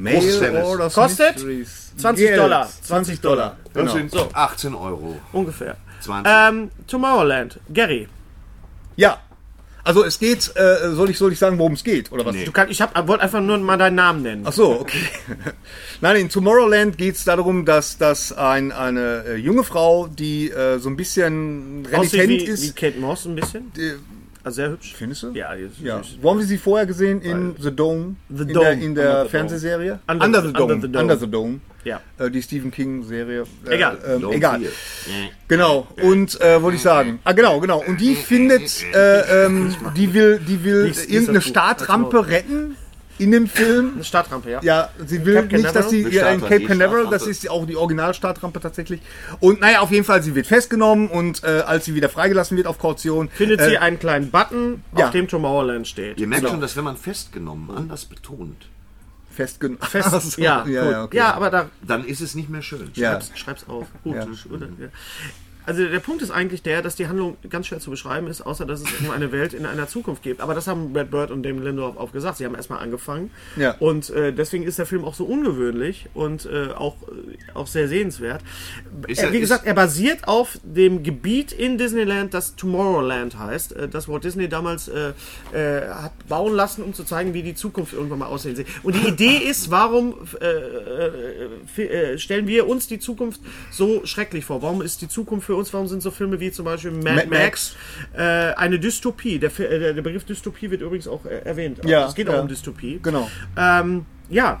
C: Großes Tennis.
A: Order
B: Kostet
A: Oh, Mysteries.
B: 20
A: Yes,
B: Dollar.
A: 20 Dollar.
C: Das
A: Genau.
C: sind 18 Euro.
B: Ungefähr.
C: 20.
B: Ähm, Tomorrowland. Gary,
A: Ja. Also es geht, äh, soll ich soll ich sagen, worum es geht oder was?
B: du kannst, ich hab, wollte einfach nur mal deinen Namen nennen.
A: Ach so, okay. Nein, in Tomorrowland geht es darum, dass, dass ein, eine äh, junge Frau, die äh, so ein bisschen
B: Aussieht
A: renitent
B: wie, wie
A: ist.
B: Kate Moss ein bisschen. also sehr hübsch.
A: Findest du?
B: Ja, die ist
A: ja.
B: süß.
A: Wo haben wir sie vorher gesehen? In The Dome.
B: The
A: in
B: Dome.
A: Der, in
B: Under the
A: der
B: Dome.
A: Fernsehserie?
B: Under- Under the Dome.
A: Under the Dome.
B: Ja.
A: Äh, die Stephen King-Serie. Äh,
B: Egal.
A: ähm,
C: Dome
A: egal.
C: vier.
A: Genau. Und äh, wollte ich sagen. Ah, genau, genau. Und die findet, äh, ähm, die will, die will
B: Lies- lies
A: irgendeine
B: das Buch. Also-
A: Startrampe retten in dem Film.
B: Eine Startrampe, ja.
A: Ja, sie will
B: Cape
A: nicht, dass
B: Canaveral?
A: sie ihr
C: Eine
A: in
C: Startrampe,
A: Cape Canaveral,
C: die
A: das ist auch die Originalstartrampe tatsächlich. Und naja, auf jeden Fall, sie wird festgenommen und äh, als sie wieder freigelassen wird auf Kaution,
B: Findet
A: äh,
B: sie einen kleinen Button,
A: ja.
B: auf dem Tomorrowland steht.
C: Ihr merkt schon, dass wenn man festgenommen, anders betont,
A: festgenommen.
B: Fest,
A: Ach so,
B: ja,
A: ja,
B: gut.
A: ja, okay.
B: ja, aber da
C: dann ist es nicht mehr schön.
A: Ja.
B: Schreib's, schreib's auf. Gut.
A: Ja.
B: Oder, ja. Also der Punkt ist eigentlich der, dass die Handlung ganz schwer zu beschreiben ist, außer dass es um eine Welt in einer Zukunft geht. Aber das haben Brad Bird und Damon Lindelof auch gesagt. Sie haben erstmal angefangen.
A: Ja.
B: Und äh, deswegen ist der Film auch so ungewöhnlich und äh, auch, äh, auch sehr sehenswert.
C: Ist
B: er,
C: er-
B: wie
C: ist-
B: gesagt, er basiert auf dem Gebiet in Disneyland, das Tomorrowland heißt, äh, das Walt Disney damals äh, äh, hat bauen lassen, um zu zeigen, wie die Zukunft irgendwann mal aussehen soll. Und die Idee ist, warum äh, äh, f- äh, stellen wir uns die Zukunft so schrecklich vor? Warum ist die Zukunft für uns, warum sind so Filme wie zum Beispiel Mad,
A: Mad
B: Max, Äh, eine Dystopie. Der, Fi- äh, der- der Begriff Dystopie wird übrigens auch äh, erwähnt.
A: Ja,
B: es geht
A: ja.
B: auch um Dystopie.
A: Genau.
B: Ähm, ja.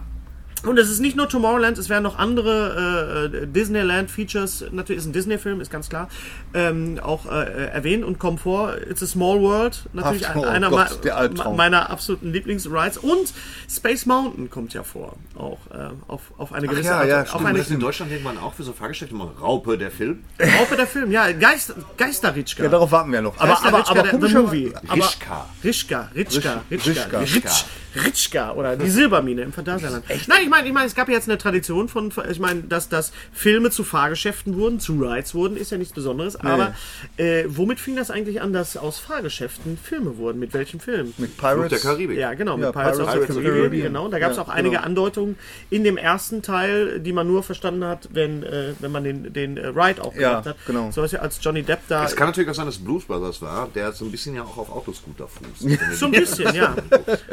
B: Und es ist nicht nur Tomorrowland, es werden noch andere äh, äh, Disneyland-Features, natürlich ist ein Disney-Film, ist ganz klar, ähm, auch äh, äh, erwähnt und kommen vor. It's a Small World, natürlich
A: Ach,
B: ein-
A: oh
B: einer
A: Gott,
B: mei-
A: der Albtraum.
B: me- meiner absoluten Lieblingsrides. Und Space Mountain kommt ja vor, auch äh, auf, auf eine gewisse
A: ja,
B: Art.
A: ja,
B: auf
A: stimmt.
B: eine,
C: Das in Deutschland irgendwann auch für so Fahrgeschäfte immer Raupe, der Film.
B: Raupe der Film, ja, Geist, Geisterritschka.
A: Ja, darauf warten wir noch. Aber,
B: Geister
A: aber,
B: Ritschka,
A: aber
B: der-
A: komisch,
B: The Movie. Aber-
C: Rischka.
B: Ritschka, Ritschka,
A: Risch-
B: Ritschka,
A: Rischka.
B: Ritsch, Ritschka oder die Silbermine im Phantasialand. Nein, ich meine, ich meine, es gab ja jetzt eine Tradition von, ich meine, dass, dass Filme zu Fahrgeschäften wurden, zu Rides wurden, ist ja nichts Besonderes, aber äh, womit fing das eigentlich an, dass aus Fahrgeschäften Filme wurden? Mit welchem Film?
A: mit
C: Flug der
A: Pirates.
C: Karibik.
B: Ja, genau,
A: Ja,
B: mit Pirates,
A: Pirates
B: of the
C: of the
B: Caribbean,
A: Caribbean.
B: genau. Da gab es
A: Ja,
B: auch einige
A: genau.
B: Andeutungen in dem ersten Teil, die man nur verstanden hat, wenn, äh, wenn man den, den äh, Ride auch
A: Ja,
B: gemacht hat.
A: genau.
B: So was ja als Johnny Depp da.
C: Es kann natürlich auch sein, dass Blues Brothers war, der so ein bisschen ja auch auf Autoscooter fußt.
B: So ein bisschen, ja.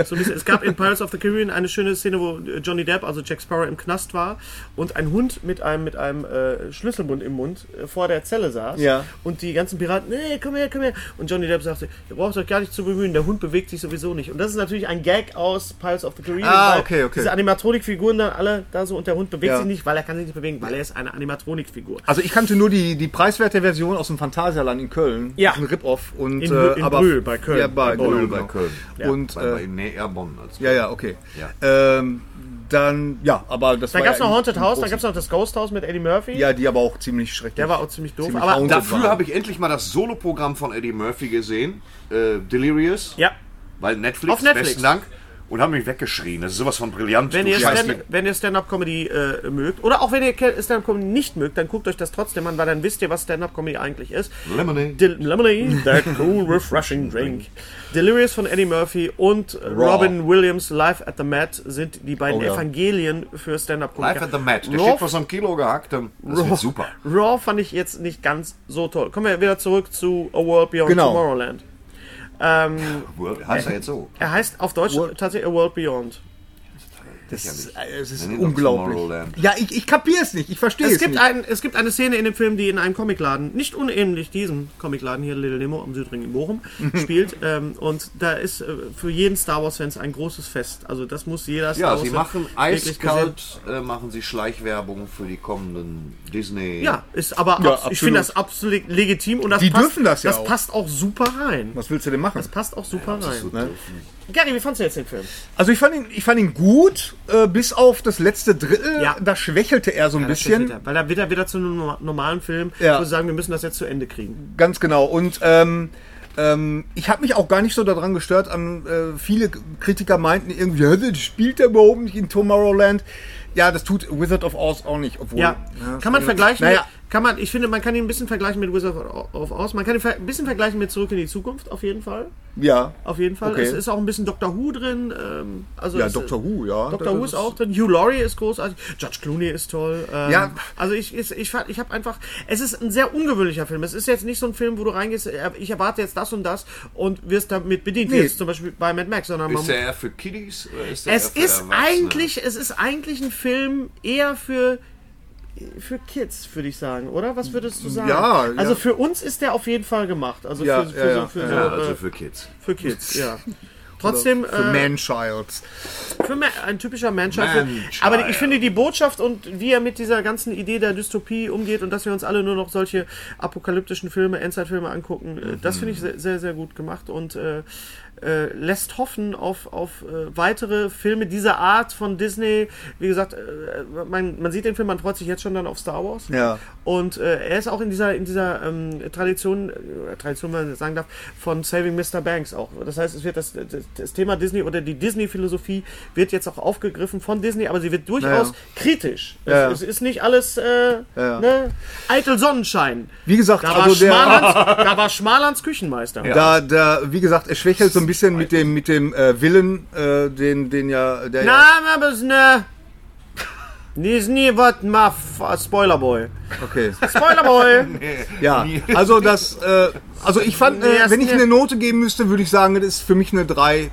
B: So ein bisschen. Es gab in Pirates of the Caribbean eine schöne Szene, wo äh, Johnny Depp, also Jack Sparrow, im Knast war und ein Hund mit einem, mit einem äh, Schlüsselbund im Mund äh, vor der Zelle saß.
A: Ja.
B: Und die ganzen Piraten, nee, komm her, komm her. Und Johnny Depp sagte, ihr braucht euch gar nicht zu bemühen, der Hund bewegt sich sowieso nicht. Und das ist natürlich ein Gag aus Pirates of the Caribbean.
A: Ah,
B: weil
A: okay, okay.
B: Diese Animatronikfiguren dann alle da so und der Hund bewegt
A: Ja.
B: sich nicht, weil er kann sich nicht bewegen, weil er ist eine Animatronikfigur.
A: Also ich kannte nur die, die preiswerte Version aus dem Phantasialand in Köln.
B: Ja.
A: Das ist Ein Rip-Off. Und,
B: In-
A: äh,
B: in
A: aber,
B: Brühl bei Köln.
A: Ja, bei,
B: In
A: genau,
C: Null
A: genau.
C: bei Köln.
A: Und,
C: Bei, bei,
A: äh,
C: nee, eher Bonn. Als
A: ja, ja, okay.
C: Ja.
A: Ähm, dann, ja, aber das
B: Da
A: war
B: gab es
A: ja
B: noch
A: im-
B: Haunted
A: im
B: House, da
A: großen-
B: gab es noch das Ghost House mit Eddie Murphy.
A: Ja, die aber auch ziemlich schrecklich.
B: Der war auch ziemlich doof.
A: Ziemlich
B: aber
A: haunted.
C: Dafür habe ich endlich mal das Soloprogramm von Eddie Murphy gesehen. Äh, Delirious.
B: ja.
C: Weil Netflix,
B: Auf Netflix.
C: besten Dank. Und haben mich weggeschrien. Das ist sowas von brillant.
B: Wenn
C: du
B: ihr,
C: scheiß
B: Stand,
C: Dreck.
B: wenn ihr Stand-Up-Comedy äh, mögt, oder auch wenn ihr Ke- Stand-Up-Comedy nicht mögt, dann guckt euch das trotzdem an, weil dann wisst ihr, was Stand-Up-Comedy eigentlich ist.
C: Lemonade.
B: Del Lemonade, that cool, refreshing drink. Delirious von Eddie Murphy und Robin Williams, Live at the Mat, sind die beiden
A: Oh ja.
B: Evangelien für Stand-Up-Comedy.
C: Live at the Mat. Der steht
B: Raw,
C: vor so einem Kilo gehacktem. Das wird super.
B: Raw fand ich jetzt nicht ganz so toll. Kommen wir wieder zurück zu A World Beyond
A: Genau.
B: Tomorrowland. Ähm,
C: Heißt er jetzt so?
B: er heißt auf Deutsch
A: World-
B: tatsächlich A World Beyond.
A: das ist, äh, es ist
C: Nennen wir doch Tomorrowland.
A: unglaublich. Ja, ich, ich kapiere es nicht. Ich verstehe es,
B: Es gibt,
A: nicht.
B: ein, es gibt eine Szene in dem Film, die in einem Comicladen, nicht unähnlich diesem Comicladen hier, Little Nemo am Südring im Bochum, spielt. Ähm, und da ist äh, für jeden Star Wars-Fans ein großes Fest. Also das muss jeder Star
C: Ja,
B: Wars-Fan
C: sie machen
B: wirklich gesehen-
C: eiskalt, äh, machen sie Schleichwerbung für die kommenden Disney.
B: Ja, ist aber
A: Ja,
B: abs- ich
A: absolut.
B: finde das absolut legitim und das
A: Die
B: passt,
A: dürfen das ja
B: das
A: auch.
B: passt auch super rein.
A: Was willst du denn machen?
B: Das passt auch super rein.
C: Ne?
B: Gary, wie fandst du jetzt den Film?
A: Also ich fand ihn, ich fand ihn gut, äh, bis auf das letzte Drittel.
B: Ja.
A: Da schwächelte er so ein bisschen.
B: Wieder, weil da wird er wieder zu einem norm- normalen Film,
A: Ja.
B: wo sie sagen, wir müssen das jetzt zu Ende kriegen.
A: Ganz genau. Und ähm, ähm, ich habe mich auch gar nicht so daran gestört. An, äh, viele Kritiker meinten irgendwie, "Hä, das spielt er überhaupt nicht in Tomorrowland. Ja, das tut Wizard of Oz auch nicht. Obwohl,
B: Ja, kann man vergleichen.
A: Naja,
B: Mit, kann man, ich finde, man kann ihn ein bisschen vergleichen mit Wizard of Oz. Man kann ihn ver- ein bisschen vergleichen mit Zurück in die Zukunft, auf jeden Fall.
A: ja.
B: Auf jeden Fall.
A: Okay.
B: Es ist auch ein bisschen Doctor Who drin. Ähm, also
A: Ja,
B: es,
A: Doctor Who, ja.
B: Doctor Who ist
A: Das-
B: auch drin. Hugh Laurie ist großartig. George Clooney ist toll. Ähm,
A: Ja.
B: Also ich, ich, ich, fand- ich habe einfach. Es ist ein sehr ungewöhnlicher Film. Es ist jetzt nicht so ein Film, wo du reingehst. äh, Ich erwarte jetzt das und das und wirst damit bedient. Wie
A: Nee.
B: jetzt zum Beispiel bei Mad Max, sondern
C: Ist der eher für Kiddies? Oder ist der
B: es
C: eher für
B: ist
A: ne?
C: Erwachsene?
B: eigentlich, es ist eigentlich ein Film eher für für Kids, würde ich sagen, oder? Was würdest du sagen?
A: Ja, ja.
B: also für uns ist der auf jeden Fall gemacht. Also
A: Ja,
B: für, für,
A: ja, ja.
B: so, für,
C: Ja,
B: so,
C: also
B: äh,
C: für Kids.
B: für Kids, ja. Trotzdem
A: Für
B: äh,
A: Manchilds.
B: für Ma ein typischer Manchild.
C: Manchild.
B: Aber ich finde die Botschaft und wie er mit dieser ganzen Idee der Dystopie umgeht und dass wir uns alle nur noch solche apokalyptischen Filme, Endzeitfilme angucken, äh, das finde ich se- sehr, sehr gut gemacht und äh, äh, lässt hoffen auf, auf äh, weitere Filme dieser Art von Disney. Wie gesagt, äh, man, man sieht den Film, man freut sich jetzt schon dann auf Star Wars.
A: Ja.
B: Und äh, er ist auch in dieser, in dieser ähm, Tradition, äh, Tradition, wenn man das sagen darf, von Saving Mr. Banks auch. Das heißt, es wird das, das, das Thema Disney oder die Disney-Philosophie wird jetzt auch aufgegriffen von Disney, aber sie wird durchaus
A: Ja.
B: kritisch. Es,
A: Ja.
B: es ist nicht alles äh, ne? eitel Sonnenschein.
A: Wie gesagt,
B: Da war,
A: also der,
B: Schmalands, da war Schmalands Küchenmeister.
A: da, da, wie gesagt, er schwächelt so ein bisschen mit dem, mit dem äh, Willen, äh, den, den ja, der ja
B: Na, aber es ne. Disney wird mal f- Spoilerboy.
A: Okay.
B: Spoilerboy!
A: Ja. Also das, äh, also ich fand,
B: Nee,
A: äh,
B: das
A: wenn ich
B: ist
A: eine
B: eine-
A: Note geben müsste, würde ich sagen, das ist für mich eine 3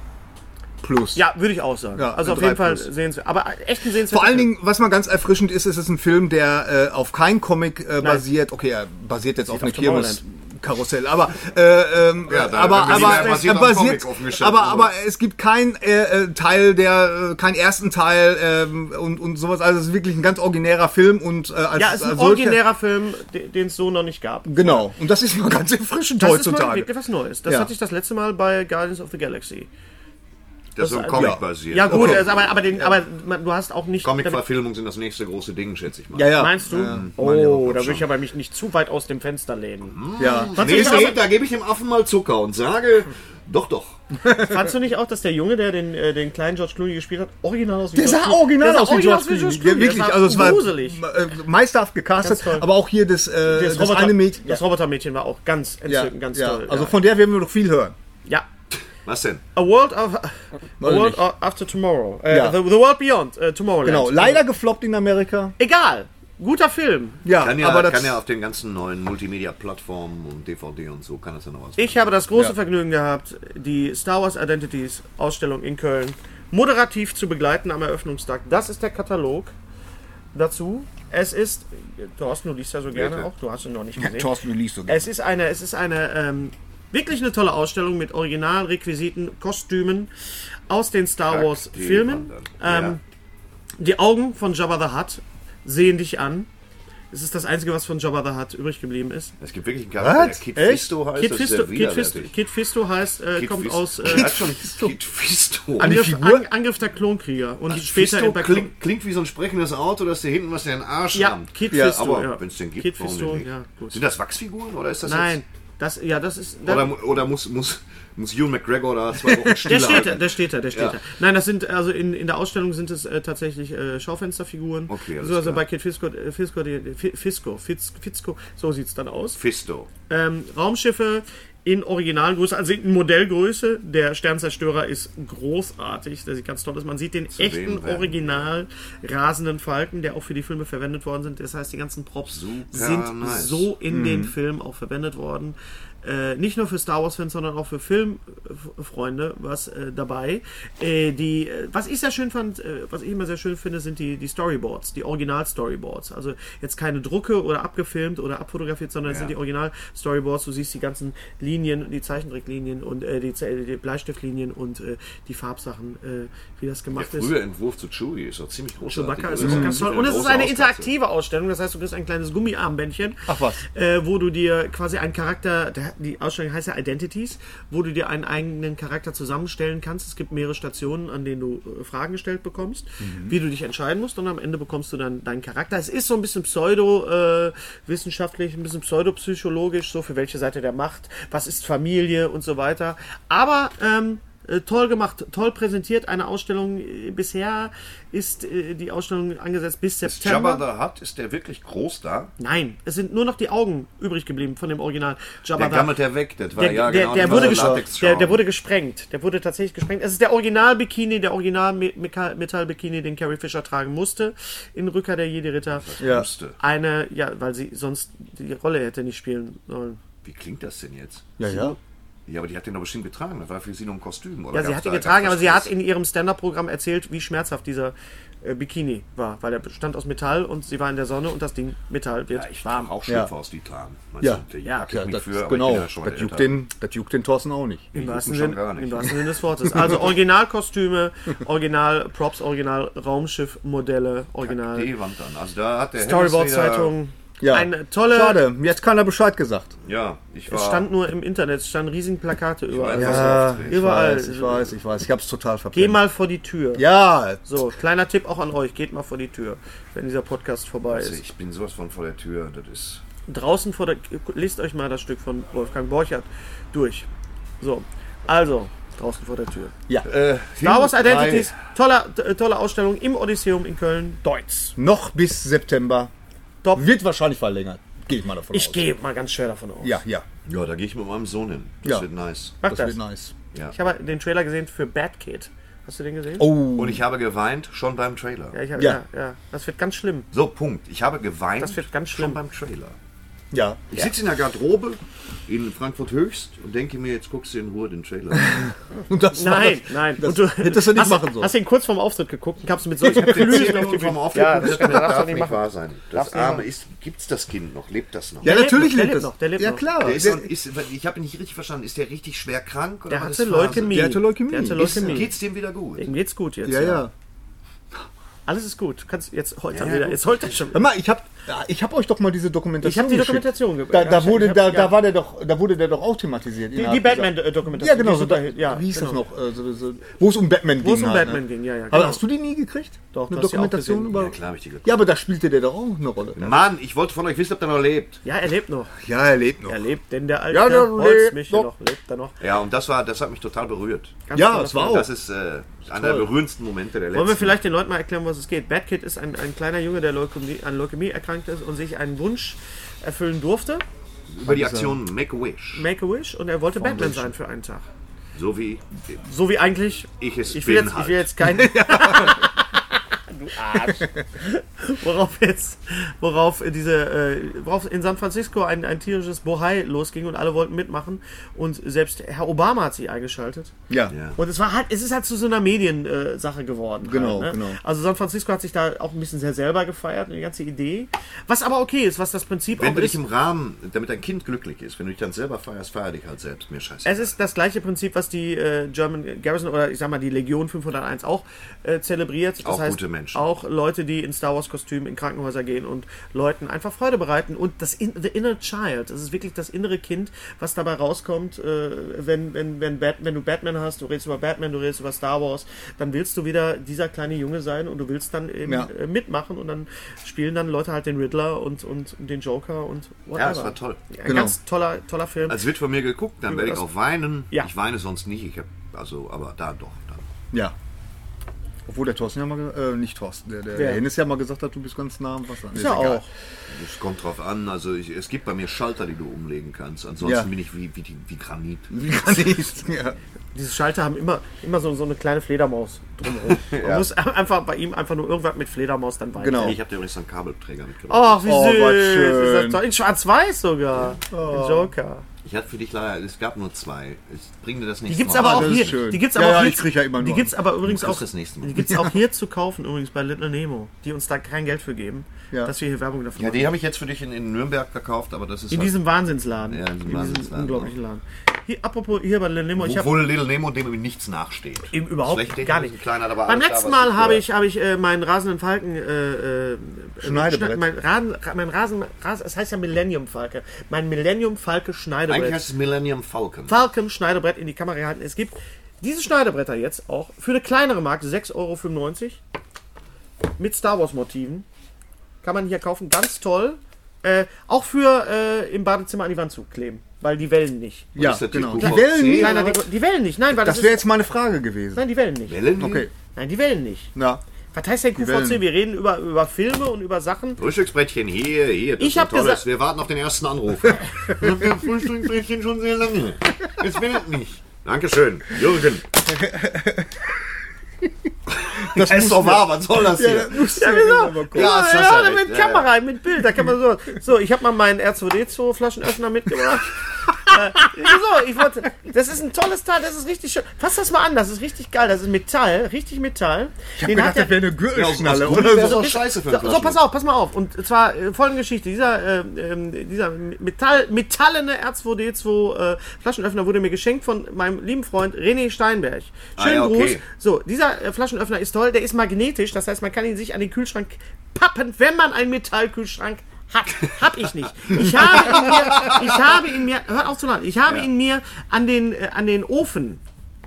A: plus.
B: Ja, würde ich auch sagen.
A: Ja,
B: also auf
A: drei
B: jeden Fall
A: plus.
B: sehenswert. Aber echt ein sehenswert.
A: Vor allen Dingen, was mal ganz erfrischend ist, ist es ist ein Film, der äh, auf kein Comic äh, basiert. Okay, er basiert jetzt auf
B: auf
A: eine
B: dem
A: Kirmes. Karussell, aber äh, ähm,
C: Ja, da-
A: aber
C: da-
A: aber
C: da basiert
A: er
C: am
A: basiert,
C: Comic aufgestellt,
A: aber
C: also.
A: aber es gibt keinen äh, äh, Teil der äh, keinen ersten Teil ähm, und und sowas. Also es ist wirklich ein ganz originärer Film und äh, als,
B: ja, es ist ein
A: als solcher-
B: originärer Film, de- den es so noch nicht gab.
A: Genau und das ist mal ganz erfrischend
B: Das ist mal
A: heutzutage.
B: wirklich was Neues. Das
A: Ja.
B: hatte ich das letzte Mal bei Guardians of the Galaxy.
C: Das ist so ein Comic basiert.
B: Ja gut,
A: Okay.
B: also, aber, aber, den, aber man- du hast auch nicht...
C: Comic-Verfilmungen sind das nächste große Ding, schätze ich mal.
A: ja ja.
B: Meinst du? oh, da würde ich aber mich nicht zu weit aus dem Fenster lehnen.
A: Ja.
B: Fandst,
C: Nee,
B: du
C: nee,
B: nicht
C: da gebe ich dem Affen mal Zucker und sage, doch, doch.
B: auch, fandst du nicht auch, dass der Junge, der den, äh, den kleinen George Clooney gespielt hat, original aus wie
A: Der
B: George
A: sah
B: Clooney-
A: original
B: der sah
A: aus wie George Clooney.
B: Clooney.
A: Ja, wirklich,
B: Das war
A: also es war
B: gruselig.
A: äh, meisterhaft gecastet,
B: Ganz toll.
A: aber auch hier das äh, das,
B: Das, Roboter,
A: eine Mädchen.
B: das Robotermädchen war auch ganz entzückend, ganz
A: ja.
B: toll.
A: Also
B: ja.
A: von der werden wir noch viel hören.
B: ja.
C: Was denn?
B: A World, of, a world
A: nicht.
B: of- After Tomorrow. Äh,
A: Ja.
B: the, the World Beyond äh, Tomorrowland.
A: Genau, leider gefloppt in Amerika.
B: Egal. Guter Film.
A: Ja,
C: Kann ja,
A: aber das
C: kann ja auf den ganzen neuen Multimedia-Plattformen und DVD und so, kann das ja noch was.
B: Ich habe das große
A: Ja.
B: Vergnügen gehabt, die Star Wars Identities Ausstellung in Köln moderativ zu begleiten am Eröffnungstag. Das ist der Katalog dazu. Es ist, Thorsten, du liest ja so gerne
C: Bitte.
B: auch, du hast ihn noch nicht gesehen.
A: Thorsten liest sogar.
B: Es ist eine, es ist eine ähm, wirklich eine tolle Ausstellung mit Originalrequisiten, Kostümen aus den Star Wars
C: Aktiv
B: Filmen. Ähm,
C: wandern.
B: Die Augen von Jabba the Hutt sehen dich an. Es ist das Einzige, was von Jabba the Hutt übrig geblieben ist.
C: Es gibt wirklich einen Charakter, der
A: Was?
C: Kid
A: Echt?
C: Fisto heißt.
B: Kid
C: das ist
B: Fisto,
C: sehr
B: Kid, Fisto,
C: widerwärtig.
B: Kid Fisto heißt, äh,
C: Kid
B: kommt
C: Fisto.
B: aus äh,
C: Kid
B: Angriff,
C: Fisto. Kid Fisto.
A: die Figur?
B: Angriff der Klonkrieger und die später
C: Fisto
B: in bei-
C: klingt, klingt wie so ein sprechendes Auto, dass der hinten was in den Arsch
B: Ja,
C: rammt.
B: Kid
A: Ja,
B: Fisto.
C: Aber
B: ja.
C: wenn es den gibt,
B: Kid
C: warum
B: Fisto,
C: denn nicht?
B: ja, gut.
C: Sind das Wachsfiguren oder ist das
B: Nein, das, ja, das ist.
C: jetzt... Oder, mu- oder muss, muss, muss Ewan McGregor da zwei Wochen
B: Der
C: stille
B: steht da,
C: halten?
B: der steht da, der steht
C: halt- Ja.
B: da. Nein, das sind, also in, in der Ausstellung sind es äh, tatsächlich äh, Schaufensterfiguren.
C: Okay, alles
B: so, also bei
C: klar.
B: Kid Fisco, äh, Fisco, die, die- Fi- Fisco, Fiz, Fitzco, so sieht's dann aus.
C: Fisto.
B: Ähm, Raumschiffe in Originalgröße, also in Modellgröße. Der Sternzerstörer ist großartig, der sieht ganz toll aus. Man sieht den echten,
C: werden-
B: original rasenden Falken, der auch für die Filme verwendet worden sind. Das heißt, die ganzen Props
C: Super
B: sind
C: nice.
B: so in den Filmen auch verwendet worden. Äh, nicht nur für Star Wars-Fans, sondern auch für Filmfreunde was äh, dabei. Äh, die, äh, was ich sehr schön fand, äh, was ich immer sehr schön finde, sind die, die Storyboards, die Original-Storyboards. Also jetzt keine Drucke oder abgefilmt oder abfotografiert, sondern es sind die Original-Storyboards. Du siehst die ganzen Linien, die Zeichentricklinien und äh, die, Ze- die Bleistiftlinien und äh, die Farbsachen, äh, wie das gemacht ist.
C: Früher Entwurf zu Chewie ist doch ziemlich großartig.
B: Chewbacca ist
C: oder?
B: auch ganz toll. Und es ist
C: große
B: eine
C: Auskatze.
B: interaktive Ausstellung. Das heißt, du kriegst ein kleines Gummiarmbändchen.
A: Ach was.
B: Äh, wo du dir quasi einen Charakter, der- die Ausstellung heißt ja Identities, wo du dir einen eigenen Charakter zusammenstellen kannst. Es gibt mehrere Stationen, an denen du äh, Fragen gestellt bekommst,
A: Mhm.
B: wie du dich entscheiden musst. Und am Ende bekommst du dann deinen Charakter. Es ist so ein bisschen pseudo-wissenschaftlich, ein bisschen pseudopsychologisch, so für welche Seite der Macht, was ist Familie und so weiter. Aber, ähm, äh, toll gemacht, toll präsentiert. Eine Ausstellung äh, bisher ist äh, die Ausstellung angesetzt bis
C: Jabba
B: September.
C: the Hutt, ist der wirklich groß da?
B: Nein, es sind nur noch die Augen übrig geblieben von dem Original Jabba
C: Der
B: the
C: gammelt der weg. Das war
B: der,
C: ja
B: der,
C: genau
B: der,
C: die
B: wurde
C: ganze
B: ges-
C: Latexschau.
B: der, der wurde gesprengt. Der wurde tatsächlich gesprengt. Es ist der Original-Bikini, der Original-Metall-Bikini, den Carrie Fisher tragen musste in Rückkehr der Jedi-Ritter.
A: Ja.
C: Wusste.
B: Eine, ja, weil sie sonst die Rolle hätte nicht spielen sollen.
C: Wie klingt das denn jetzt?
A: Ja, ja.
C: Ja, aber die hat den doch bestimmt getragen. Das war für sie nur ein Kostüm, oder?
B: Ja, sie
C: Gab's
B: hat
C: da
B: ihn getragen,
C: etwas
B: aber sie hat
C: Spezielles?
B: in ihrem Stand-Up-Programm erzählt, wie schmerzhaft dieser äh, Bikini war, weil er bestand aus Metall und sie war in der Sonne und das Ding Metall wird
C: Ja, ich
B: warm.
C: war auch
A: Ja.
C: Schlüpfer aus die Tarn.
A: Ja.
B: Ja,
A: Ja,
C: das
A: das
C: für,
A: ist
C: aber ich
A: genau.
C: bin ja schon
A: Das
C: älter.
A: juckt, den, das juckt den Thorsten auch nicht.
B: Im wahrsten,
C: schon
B: Sinn,
C: gar nicht.
B: Im wahrsten Sinne des Wortes. Also Originalkostüme, Original-Props, Original-Raumschiff-Modelle, Original
C: Die Wand an. Also da hat der
B: Storyboard-Zeitung.
A: Ja.
B: Eine tolle.
A: Schade, mir hat keiner Bescheid gesagt.
C: Hennes wieder- Ja, ich war.
B: Es stand nur im Internet, es standen riesen Plakate überall.
C: Ja.
A: ich
B: Überall.
A: weiß, ich weiß, ich weiß. Ich hab's total
B: Geh
A: verpasst.
B: mal vor die Tür.
A: Ja,
B: So, kleiner Tipp auch an euch, geht mal vor die Tür, wenn dieser Podcast vorbei
C: Also
B: ist.
C: ich bin sowas von vor der Tür. Das ist.
B: Draußen vor der lest euch mal das Stück von Wolfgang Borchert durch. So, also draußen vor der Tür.
C: Äh,
B: Star Wars Identities, tolle, äh, tolle Ausstellung im Odysseum in Köln, Deutsch.
A: noch bis September.
B: Top.
A: Wird wahrscheinlich verlängert. Gehe ich mal davon
B: Ich
A: aus.
B: gehe mal ganz schwer davon aus.
A: Ja, ja.
C: Ja, da gehe ich mit meinem Sohn hin. Das
A: Ja.
C: wird nice.
B: Mach
A: Das,
B: das.
A: wird nice.
C: Ja.
B: Ich habe den Trailer gesehen für Bad Kid. Hast du den gesehen?
A: Oh.
C: Und ich habe geweint schon beim Trailer.
B: Ja, ich habe, ja.
A: Ja.
B: ja, Das wird ganz schlimm.
C: So, Punkt. Ich habe geweint
B: Das wird ganz schlimm.
C: schon beim Trailer.
A: Ja.
C: Ich sitze in der Garderobe in Frankfurt Höchst und denke mir, jetzt guckst du in Ruhe den Trailer.
A: Und das war
B: Nein,
A: das,
B: nein.
A: Das
B: Und du-
A: hättest du nicht
B: hast,
A: machen sollen.
B: Hast du ihn kurz vorm Auftritt geguckt und kamst du mit solchen Klüsen auf die
C: vom
B: Bühne.
C: Auftritt
B: Ja,
C: und
B: das
C: das mir,
B: stimmt, das darfst
C: darf
B: du nicht
C: nicht
B: machen.
C: wahr sein.
B: Darfst
C: Das
B: du nicht
C: Arme
B: machen.
C: ist, gibt's das Kind noch? Lebt das noch?
A: ja,
B: lebt
A: natürlich
B: noch, der
A: lebt
B: lebt
A: das.
B: noch, der lebt
A: ja,
B: noch.
A: klar.
C: Der ist,
A: Der-
C: ist, ich habe ihn nicht richtig verstanden. Ist der richtig schwer krank? Oder
B: Der
C: war
B: hatte
C: das Phase?
B: Leukämie.
A: Der hatte Leukämie.
B: Der hatte
C: Ist,
B: Leukämie.
C: geht's dem wieder gut?
B: Dem geht's gut jetzt.
A: ja, ja.
B: Alles ist gut. Kannst jetzt heute
C: ja,
B: wieder.
C: gut.
B: Jetzt heute schon.
A: Hör mal, ich habe ich hab euch doch mal diese Dokumentation
B: Ich hab die
A: geschickt.
B: Dokumentation ge-
A: da,
B: ja,
A: da
B: ich-
A: wurde
B: ich hab-
A: da,
B: ja.
A: da war der doch da wurde der doch auch thematisiert.
B: Die, die Batman-Dokumentation.
A: Ja, genau,
B: die
A: so
B: sind
A: da,
B: da- ja,
A: wie hieß
B: genau.
A: das noch? Äh, so, so, wo es um Batman ging.
B: es um
A: halt,
B: Batman ging, ja, ja,
A: Aber
B: genau.
A: hast du die nie gekriegt?
B: Doch,
A: eine
B: du hast die auch
A: Dokumentation
B: gesehen.
A: über.
C: Ja, klar hab ich die geguckt.
A: Ja, aber da spielte der doch auch eine Rolle. ne?
C: Mann, ich wollte von euch wissen, ob der noch lebt.
B: Ja, er lebt noch.
A: Ja, er lebt noch.
B: Er lebt, denn der alte
A: Ja,
B: ja,
A: der lebt
B: Holzmichel
A: noch.
B: noch. lebt da noch.
C: Ja, und das war, das hat mich total berührt.
B: Ganz
A: Ja,
B: toller
A: es war
B: Film.
A: auch.
C: Das ist äh, einer der berührendsten Momente der letzten.
B: Wollen wir vielleicht den Leuten mal erklären, was es geht? Batkid ist ein, ein kleiner Junge, der Leukämie, an Leukämie erkrankt ist und sich einen Wunsch erfüllen durfte,
C: über die Aktion Make a Wish,
B: Make a Wish, und er wollte Batman sein für einen Tag.
C: so wie
B: So wie eigentlich.
C: ich es
B: Ich will
C: bin
B: jetzt,
C: halt.
B: ich will jetzt kein. du Arsch. Worauf jetzt, worauf diese, äh, worauf in San Francisco ein, ein tierisches Bohai losging und alle wollten mitmachen und selbst Herr Obama hat sich eingeschaltet.
A: Ja.
C: Ja.
B: Und es war halt, es ist halt zu so einer Mediensache geworden.
A: Genau,
B: halt,
A: genau.
B: Also San Francisco hat sich da auch ein bisschen sehr selber gefeiert, die ganze Idee. Was aber okay ist, was das Prinzip
C: Wenn
B: auch
C: du dich
B: ist.
C: im Rahmen, damit dein Kind glücklich ist, wenn du dich dann selber feierst, feier dich halt selbst. Mir scheiße.
B: Es ist das gleiche Prinzip, was die äh, German Garrison oder ich sag mal die Legion 501 auch äh, zelebriert. Das
C: Auch
B: heißt,
C: gute Menschen.
B: Auch Leute, die in Star Wars Kostümen in Krankenhäuser gehen und Leuten einfach Freude bereiten. Und das in, the inner child, das ist wirklich das innere Kind, was dabei rauskommt, äh, wenn, wenn, wenn, Bat, wenn du Batman hast, du redest über Batman, du redest über Star Wars, dann willst du wieder dieser kleine Junge sein und du willst dann eben
A: Ja.
B: äh, mitmachen und dann spielen dann Leute halt den Riddler und, und den Joker und whatever.
C: Ja, es war toll. Also,
B: Ein
A: Genau.
B: ganz toller, toller Film.
C: Als wird von mir geguckt, dann werde ich auch weinen.
B: Ja.
C: Ich weine sonst nicht. Ich habe also, aber da doch. Da.
A: Ja. Obwohl der Thorsten ja mal, ge- äh, nicht Thorsten, der, der,
B: Wer?
A: der Hennes ja mal gesagt hat, du bist ganz nah am Wasser. Nee,
B: ist ja
A: egal.
B: auch.
C: Es kommt drauf an. Also ich, es gibt bei mir Schalter, die du umlegen kannst. Ansonsten
A: Ja.
C: bin ich wie, wie, die, wie Granit.
A: Wie kann ich's? ja.
B: Diese Schalter haben immer, immer so, so eine kleine Fledermaus drumherum. Man muss einfach bei ihm einfach nur irgendwas mit Fledermaus dann weiter.
A: Genau.
C: Ich habe dir übrigens einen Kabelträger mitgebracht.
B: Ach, wie
A: Oh, was
B: süß. Ist
A: schön. Oh.
B: das toll. In schwarz-weiß sogar. In Joker.
C: Ich hatte für dich leider, es gab nur zwei. Ich bringe dir das nicht.
B: Die gibt's aber auch
A: Oh, das ist
B: hier.
A: schön.
B: Die gibt's
A: Ja,
B: aber
A: ja,
B: auch hier.
A: ich krieg ja immer
B: die
A: nur
B: gibt's aber übrigens
C: Du kriegst
B: auch.
C: das nächste Mal.
B: Die gibt's auch hier zu kaufen übrigens bei Little Nemo, die uns da kein Geld für geben,
A: Ja.
B: dass wir hier Werbung dafür
C: Ja,
B: machen.
C: die habe ich jetzt für dich in, in Nürnberg gekauft, aber das ist.
B: in
C: halt-
B: diesem Wahnsinnsladen.
C: Ja, in diesem Wahnsinnsladen,
B: unglaublichen Laden. Hier, apropos hier bei Little Nemo, ich habe
C: Obwohl Little Nemo dem ihm nichts nachsteht.
B: Eben überhaupt
C: Schlecht
B: gar
C: ist
B: nicht.
C: ein kleiner, aber
B: Beim
C: alles da,
B: letzten
C: was
B: Mal habe
C: gehört.
B: ich, habe ich äh, meinen rasenden Falken äh, äh,
A: Schneidebrett.
B: schna- Mein, Rasen, Ra- mein Rasen, Rasen, es heißt ja Millennium Falke. Mein Millennium Falke
C: Eigentlich
B: Schneidebrett.
C: heißt es Millennium Falcon.
B: Falken Schneidebrett in die Kamera gehalten. Es gibt diese Schneidebretter jetzt auch für eine kleinere Marke, 6,95 Euro. Mit Star Wars Motiven. Kann man hier kaufen, ganz toll. Äh, auch für äh, im Badezimmer an die Wand zu kleben, weil die Wellen nicht.
A: ja
C: ist der
A: genau.
C: Typ
A: Die Wellen
C: UVC?
A: nie.
B: Kleiner, die, die Wellen nicht, nein, weil das,
A: Das wäre
B: ist,
A: jetzt meine Frage gewesen.
B: nein, die Wellen nicht.
C: Millennium?
A: Okay.
B: Nein, die Wellen nicht.
A: Ja.
B: Was heißt denn QVC?
A: Wellen.
B: Wir reden über, über Filme und über Sachen.
C: Frühstücksbrettchen, hier, hier. Das
B: Ich
C: ist ein
B: hab
C: tolles.
B: gesagt-
C: Wir warten auf den ersten Anruf. Wir haben das Frühstücksbrettchen schon sehr lange. Es bildet nicht. Dankeschön, Jürgen. Das ist doch wahr, was soll das hier?
A: Ja, genau.
C: Ja, das hast du
B: ja,
C: recht.
B: mit
C: Ja,
B: Kamera, mit Bild, da kann man so. So, ich habe mal meinen R2D2 Flaschenöffner mitgebracht. Äh, so, ich wollte. Das ist ein tolles Teil, das ist richtig schön. Fass das mal an, das ist richtig geil. Das ist Metall, richtig Metall.
A: Ich habe gedacht,
B: der-
A: das wäre eine
C: Ja,
A: Gürtelschnalle
C: aus- aus
A: oder
C: Gummi-
A: so.
C: auch scheiße für einen
B: Also so, so, pass
C: Flaschenöffner.
B: auf, pass mal auf. Und zwar äh, folgende Geschichte. Dieser, äh, ähm, dieser Metall, metallene R2D2 äh, Flaschenöffner wurde mir geschenkt von meinem lieben Freund René Steinberg.
C: Ah,
B: Schönen
C: ja, okay.
B: Gruß. So, dieser äh, Flaschenöffner ist toll. Der ist magnetisch. Das heißt, man kann ihn sich an den Kühlschrank pappen, wenn man einen Metallkühlschrank hat. Hab ich nicht. Ich habe ihn mir, ich habe ihn mir, hört auf zu lachen, ich habe ihn mir an den, äh, an den Ofen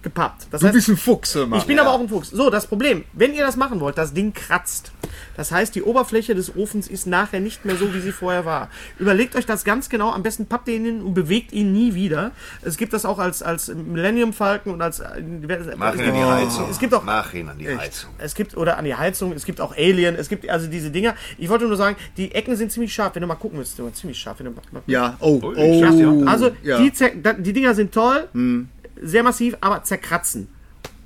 B: gepappt. Das
A: Du
B: heißt,
A: bist ein Fuchs, hör mal.
B: ich bin aber auch ein Fuchs. So, das Problem, wenn ihr das machen wollt, das Ding kratzt. Das heißt, die Oberfläche des Ofens ist nachher nicht mehr so, wie sie vorher war. Überlegt euch das ganz genau. Am besten pappt ihr ihn hin und bewegt ihn nie wieder. Es gibt das auch als, als Millennium Falcon und als... äh,
C: Mach ihn an die Heizung.
B: Oh. Genau. Es gibt auch
C: Mach ihn an die Heizung.
B: es gibt, oder an die Heizung, es gibt auch Alien, es gibt also diese Dinger. Ich wollte nur sagen, die Ecken sind ziemlich scharf, wenn du mal gucken willst, sind ziemlich scharf. Wenn du mal, mal
A: Ja, oh,
C: Oh,
A: oh.
C: ich dachte ja.
B: Also
A: ja. Hm.
B: die, zer- da- die Dinger sind toll, sehr massiv, aber zerkratzen.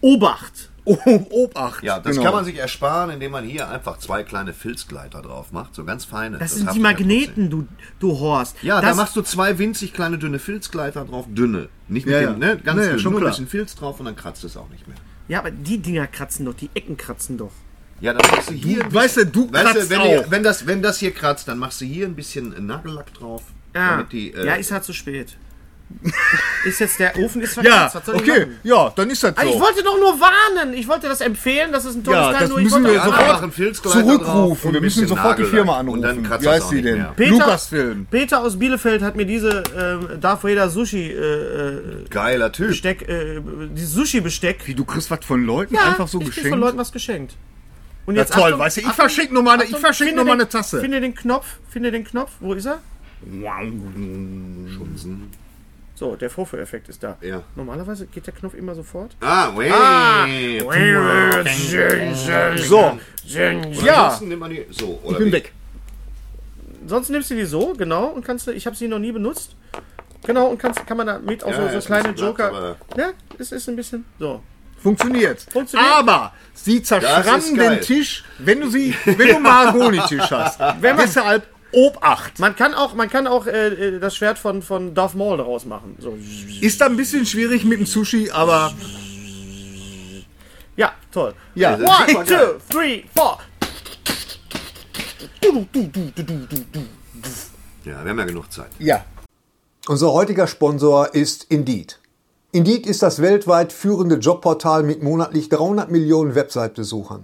B: Obacht!
A: Ob- Oh, Obacht.
C: Ja, das
A: Genau.
C: kann man sich ersparen, indem man hier einfach zwei kleine Filzgleiter drauf macht, so ganz feine.
B: Das sind die
C: haftet ja trotzdem.
B: Magneten, du, du Horst.
C: Ja,
B: das,
C: da machst du zwei winzig kleine dünne Filzgleiter drauf, dünne. Nicht mit
A: Ja,
C: dem,
A: ja.
C: ne, ganz
A: Ja, ja,
C: dünn,
A: schon
C: nur ein
A: klar.
C: bisschen Filz drauf und dann kratzt es auch nicht mehr.
B: Ja, aber die Dinger kratzen doch, die Ecken kratzen doch.
C: Ja, dann machst du hier. ein
A: weißt du,
C: bisschen-
A: du kratzt
C: wenn, die-
A: auch.
C: wenn, das, wenn das hier kratzt, dann machst du hier ein bisschen Nagellack drauf.
B: Ja,
C: damit die, äh,
B: ja ist halt zu spät. ist jetzt der Ofen ist
A: Ja,
B: verkratzt, was soll ich
A: okay.
B: machen?
A: Ja, dann ist das so.
B: Ah, Ich wollte doch nur warnen. Ich wollte das empfehlen. Das ist ein tolles
A: Ja,
B: Teil.
A: das
B: nur ich
A: müssen
B: wollte
A: wir
B: auch-
A: sofort-
C: einfach einen Filzgleiter drauf und
A: zurückrufen.
C: ein
A: Wir müssen
C: bisschen
A: sofort die
C: Nagellack.
A: Firma anrufen.
C: Und dann kratzt
A: Wie
C: das
A: heißt
C: auch
A: die
C: nicht
A: denn?
C: mehr.
B: Peter,
A: Lucasfilm.
B: Peter aus Bielefeld hat mir diese ähm, Darth Vader Sushi äh, äh,
C: Geiler Typ.
B: Besteck, äh, dieses Sushi Besteck.
A: Wie, du kriegst was von Leuten einfach so
B: ich krieg
A: geschenkt?
B: von Leuten was geschenkt. Und
A: Ja, toll, weißt du, ich verschenk nur mal eine- ich verschenk
B: finde
A: nur mal
B: den-
A: eine Tasse.
B: Finde den Knopf, finde den Knopf. Wo ist er? So, der Vorführeffekt ist da.
C: Ja.
B: Normalerweise geht der Knopf immer sofort.
C: Ah, wait.
A: So, ja,
C: Ansonsten nimmt man die, so, oder
A: ich bin
C: wie?
A: weg.
B: Sonst nimmst du die so, genau, und kannst du, ich habe sie noch nie benutzt. Genau, und kannst, kann man damit auch
C: Ja,
B: so,
C: ja,
B: so
C: ist
B: kleine
C: ein bisschen glatt,
B: Joker. Ja, es ist ein bisschen so.
A: Funktioniert.
B: Funktioniert.
A: Aber sie
C: Das ist
A: zerschrammen
C: geil.
A: den Tisch, wenn du sie, wenn du Mahagoni-Tisch hast.
B: Wenn man-
A: Deshalb Obacht.
B: Man kann auch, man kann auch äh, äh, das Schwert von, von Darth Maul daraus machen. So.
A: Ist da ein bisschen schwierig mit dem Sushi, aber
B: Ja, toll.
A: ja.
C: das ist
B: One,
C: super geil.
B: two, three, four.
C: Ja, wir haben ja genug Zeit.
A: Ja.
E: Unser heutiger Sponsor ist Indeed. Indeed ist das weltweit führende Jobportal mit monatlich 300 Millionen Website-Besuchern.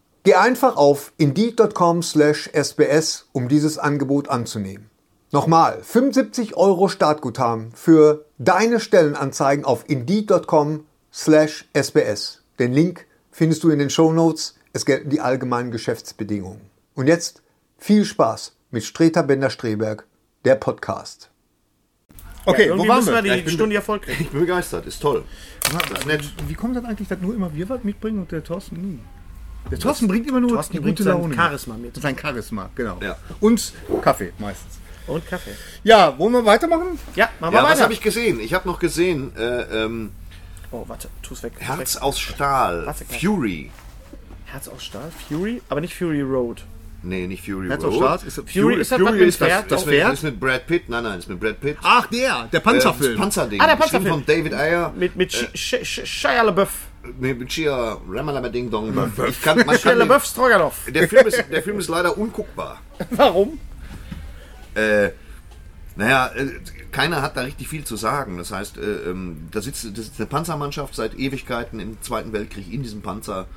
E: Geh einfach auf indeed.com slash sbs, um dieses Angebot anzunehmen. Nochmal, 75 Euro Startguthaben für deine Stellenanzeigen auf indeed.com slash sbs. Den Link findest du in den Shownotes. Es gelten die allgemeinen Geschäftsbedingungen. Und jetzt viel Spaß mit Streter Bender-Streberg, der Podcast.
A: Okay, wo
B: Irgendwie
A: waren
B: müssen wir
A: wir?
B: die Stunde ja voll kriegen.
C: Ich bin begeistert, ist toll. Das ist nett.
A: Wie kommt das eigentlich, dass nur immer wir was mitbringen und der Thorsten nie? Der Thorsten bringt immer nur
B: Thorsten
A: die
B: bringt
A: gute
B: sein
A: Laune.
B: Charisma mit.
A: Sein Charisma, genau.
C: Ja.
A: Und Kaffee meistens.
B: Und Kaffee.
A: Ja, wollen wir weitermachen?
B: Ja, machen wir
C: Ja, was
B: weiter.
C: habe ich gesehen? Ich habe noch gesehen, äh, ähm,
B: oh, warte, tu's weg. tu's
C: Herz
B: weg.
C: aus Stahl,
B: Warte, Karl.
C: Fury.
B: Herz aus Stahl, Fury, aber nicht Fury Road.
C: Nee, nicht Fury
A: Herz auf
C: Road.
A: Start. Ist
B: Fury ist das was mit dem Pferd?
C: Das
A: Auf
C: mit,
A: Pferd?
C: ist mit Brad Pitt. Nein, nein, ist mit Brad Pitt.
A: Ach, der, der
C: Äh,
A: Panzerfilm.
C: Das Panzerding.
B: Ah, der
C: Geschrieben
B: Panzerfilm.
C: Von David Ayer.
B: Mit, mit Sch- Sch- Sch- Shia LaBeouf.
C: Mit, mit Chia Ramalama Ding Dong. Ich kann, man
B: Hm. Shia
C: kann den,
B: LaBeouf Stroganoff.
C: der, Film ist, der Film ist leider unguckbar.
B: Warum?
C: Naja, äh, keiner hat da richtig viel zu sagen. Das heißt, äh, ähm, da sitzt das ist eine Panzermannschaft seit Ewigkeiten im Zweiten Weltkrieg in diesem Panzer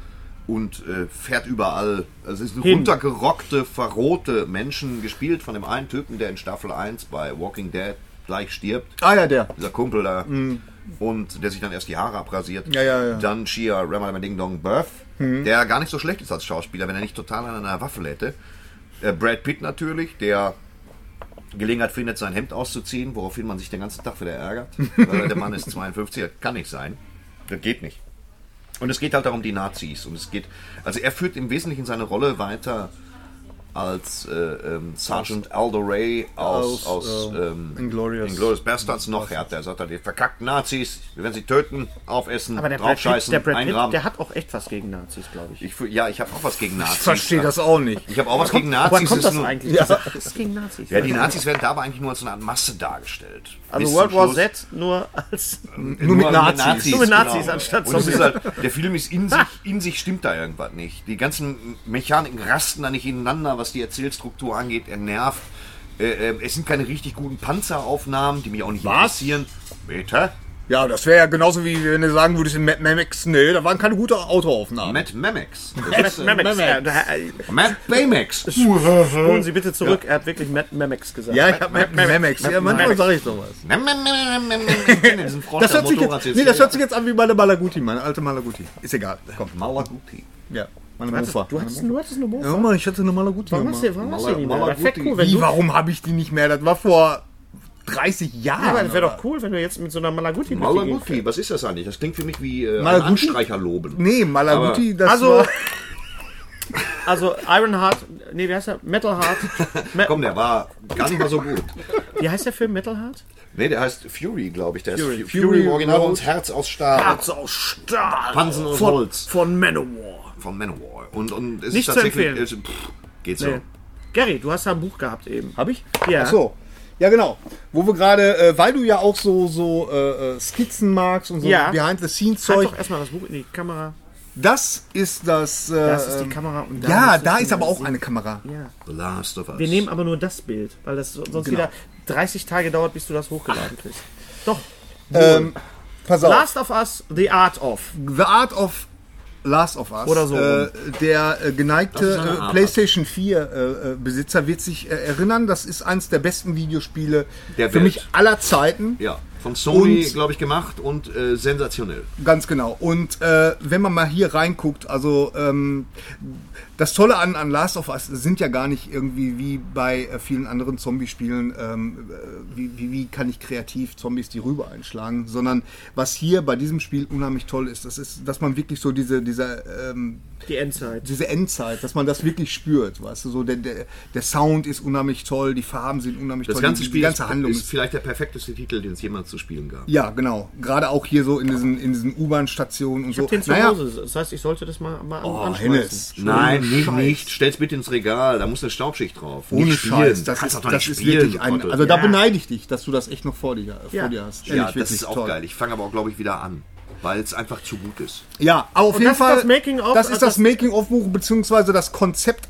C: und äh, fährt überall. Also Es ist eine runtergerockte, verrohte Menschen, gespielt von dem einen Typen, der in Staffel 1 bei Walking Dead gleich stirbt.
A: ah ja, der.
C: Dieser Kumpel da. Und der sich dann erst die Haare abrasiert.
A: Mhm. Ja, ja, Mhm. ja.
C: Dann Shia Ramalama Ding Dong Burf, der gar nicht so schlecht ist als Schauspieler, wenn er nicht total an einer Waffe hätte. Äh, Brad Pitt natürlich, der Gelegenheit findet, sein Hemd auszuziehen, woraufhin man sich den ganzen Tag wieder ärgert. Weil der Mann ist 52, das kann nicht sein. Das geht nicht. Und es geht halt darum, die Nazis. Und es geht, also er führt im Wesentlichen seine Rolle weiter als äh, ähm, Sergeant Aldo Ray aus, aus,
A: Aus, äh,
C: ähm,
A: Inglourious.
C: Inglourious Bastards noch härter. Er sagt halt, die verkackten Nazis, wir werden sie töten, aufessen,
B: Aber der Brad Pitt,
C: draufscheißen,
B: der Brad Pitt,
C: einrahmen.
B: der hat auch echt was gegen Nazis, glaube ich.
C: ich, fühl- ja, ich habe auch was gegen Nazis.
A: Ich verstehe das auch nicht.
C: Ich habe auch was gegen Nazis.
B: Woher kommt
C: ist
B: das
C: nur-
B: eigentlich? Ja. Dieser Hass gegen Nazis.
C: Ja, die Nazis werden da aber eigentlich nur als eine Art Masse dargestellt.
B: also
C: Bis
B: World
C: zum
B: War
C: Schluss.
B: Z nur als
A: Nur mit Nazis.
B: Nur mit Nazis anstatt
C: genau. Und es
B: Zombies.
C: ist halt, der Film ist in sich, in sich stimmt da irgendwas nicht. Die ganzen Mechaniken rasten da nicht ineinander, was die Erzählstruktur angeht. Er nervt. ähm, Äh, äh, es sind keine richtig guten Panzeraufnahmen, die mich auch nicht interessieren. Bitte?
A: Ja, das wäre ja genauso wie wenn du sagen würdest, in Mad Max, nee, da waren keine guten Autoaufnahmen.
C: Matt Memex.
B: Matt Memex. Ja, da- äh,
C: Matt Baymax.
B: Spulen Sie bitte zurück. Er hat wirklich Matt Memex gesagt.
A: Ja, ich hab Mad Max. Ja, manchmal
B: Max.
A: sage ich sowas.
C: Ich kenne diesen Frosch
A: Das
C: am
A: hört, sich jetzt,
C: Motorrad jetzt
A: nee, das
C: hier.
A: hört sich jetzt an wie meine Malaguti, meine alte Malaguti. Ist egal, komm.
C: Malaguti.
A: Ja, meine
B: Du hattest,
A: Mofa.
B: du hattest, du hattest eine Mofa.
A: Ja, Mann, ich hatte eine Malaguti.
B: Warum
A: immer.
B: hast du, warum hast du die nicht mehr?
C: Mala-
B: Das wäre
C: Malaguti.
B: cool, wenn
A: Wie,
B: du...
A: warum habe ich die nicht mehr? Das war vor 30 Jahren.
B: Ja, aber das wäre
A: oder?
B: doch cool, wenn du jetzt mit so einer Malaguti durch die Gegend
C: Malaguti, was ist das eigentlich? Das klingt für mich wie äh, ein
A: Malaguti?
C: Anstreicherloben.
A: Nee, Malaguti, das
B: Also-
A: war...
B: fährst. Also Ironheart, nee, wie heißt der? Metalheart. Me
C: Komm, der war gar nicht mal so gut.
B: Wie heißt der Film Metalheart?
C: Nee, der heißt Fury, glaube ich. Der
B: Fury.
C: ist Fu- Fury im Original
A: Road.
C: und Herz aus Stahl.
B: aus Stahl.
C: Pansen aus
B: von,
C: Holz.
B: Von Manowar.
C: Von Manowar. Und, und es
B: Nicht
C: ist
B: zu
C: tatsächlich.
B: empfehlen.
C: es- pff, geht so.
B: Nee. Gary, du hast ja ein Buch gehabt eben.
A: Habe ich?
B: Ja.
A: Ach so. Ja, genau. Wo wir gerade, äh, weil du ja auch so, so äh, äh, Skizzen magst und so
B: Ja. Zeig
A: Behind-the-Scenes-Zeug.
B: doch erstmal das Buch in die Kamera.
A: Das ist das... Äh,
B: Das ist die
A: ähm,
B: Kamera und da
A: Ja,
B: ist das
A: da ist
B: Ding.
A: aber auch eine Kamera.
B: Ja.
C: The Last of Us.
B: Wir nehmen aber nur das Bild, weil das so- sonst wieder 30 Tage dauert, bis du das hochgeladen kriegst. Doch.
A: Ähm, pass auf.
B: Last of Us, The Art of.
A: The Art of Last of Us.
B: Oder so
A: Äh, der äh,
C: Das
A: geneigte
C: ist eine Art.
A: äh, PlayStation 4 äh, äh, Besitzer wird sich äh, erinnern, das ist eines der besten Videospiele
C: Der
A: für
C: Welt.
A: mich aller Zeiten.
C: Ja, von Sony,
A: Und-
C: glaube ich, gemacht und äh, sensationell.
A: Ganz genau. Und äh, wenn man mal hier reinguckt, also ähm, das Tolle an, an Last of Us sind ja gar nicht irgendwie wie bei äh, vielen anderen Zombie-Spielen, ähm, äh, wie, wie, wie kann ich kreativ Zombies die Rübe einschlagen, sondern was hier bei diesem Spiel unheimlich toll ist, das ist, dass man wirklich so diese, dieser, ähm,
B: Die Endzeit.
A: diese Endzeit, dass man das wirklich spürt, weißt du, so der, der, der Sound ist unheimlich toll, die Farben sind unheimlich
C: Das
A: toll,
C: ganze
A: die,
C: Spiel
A: die ganze
C: ist,
A: Handlung
C: ist vielleicht der perfekteste Titel, den es jemals zu spielen gab.
A: ja, genau. Gerade auch hier so in diesen, in diesen U-Bahn-Stationen und
B: Ich
A: so.
B: hab den zu
A: Naja,
B: Hause. Das heißt, ich sollte das mal, mal
A: Oh,
B: anschmeißen.
A: Hennes.
C: Nein,
A: Ohne
C: nicht,
A: Scheiß.
C: nicht. Stell's bitte ins Regal, da muss eine Staubschicht drauf.
A: Ohne
C: nicht
A: Scheiß. Das
C: Kannst
A: ist,
C: doch doch
A: das
C: nicht
A: ist
C: spielen,
A: wirklich
C: du
A: ein.
C: Trottel.
A: Also da
B: Ja.
A: beneide ich dich, dass du das echt noch vor dir, vor
B: Ja.
A: dir hast.
C: ja, das ist auch geil. Ich fange aber auch, glaube ich, wieder an, weil es einfach zu gut ist.
A: Ja, aber auf
B: Und
A: jeden
B: das ist
A: Fall.
B: das Making-of,
A: das ist das
B: das-
A: Making-of-Buch, beziehungsweise das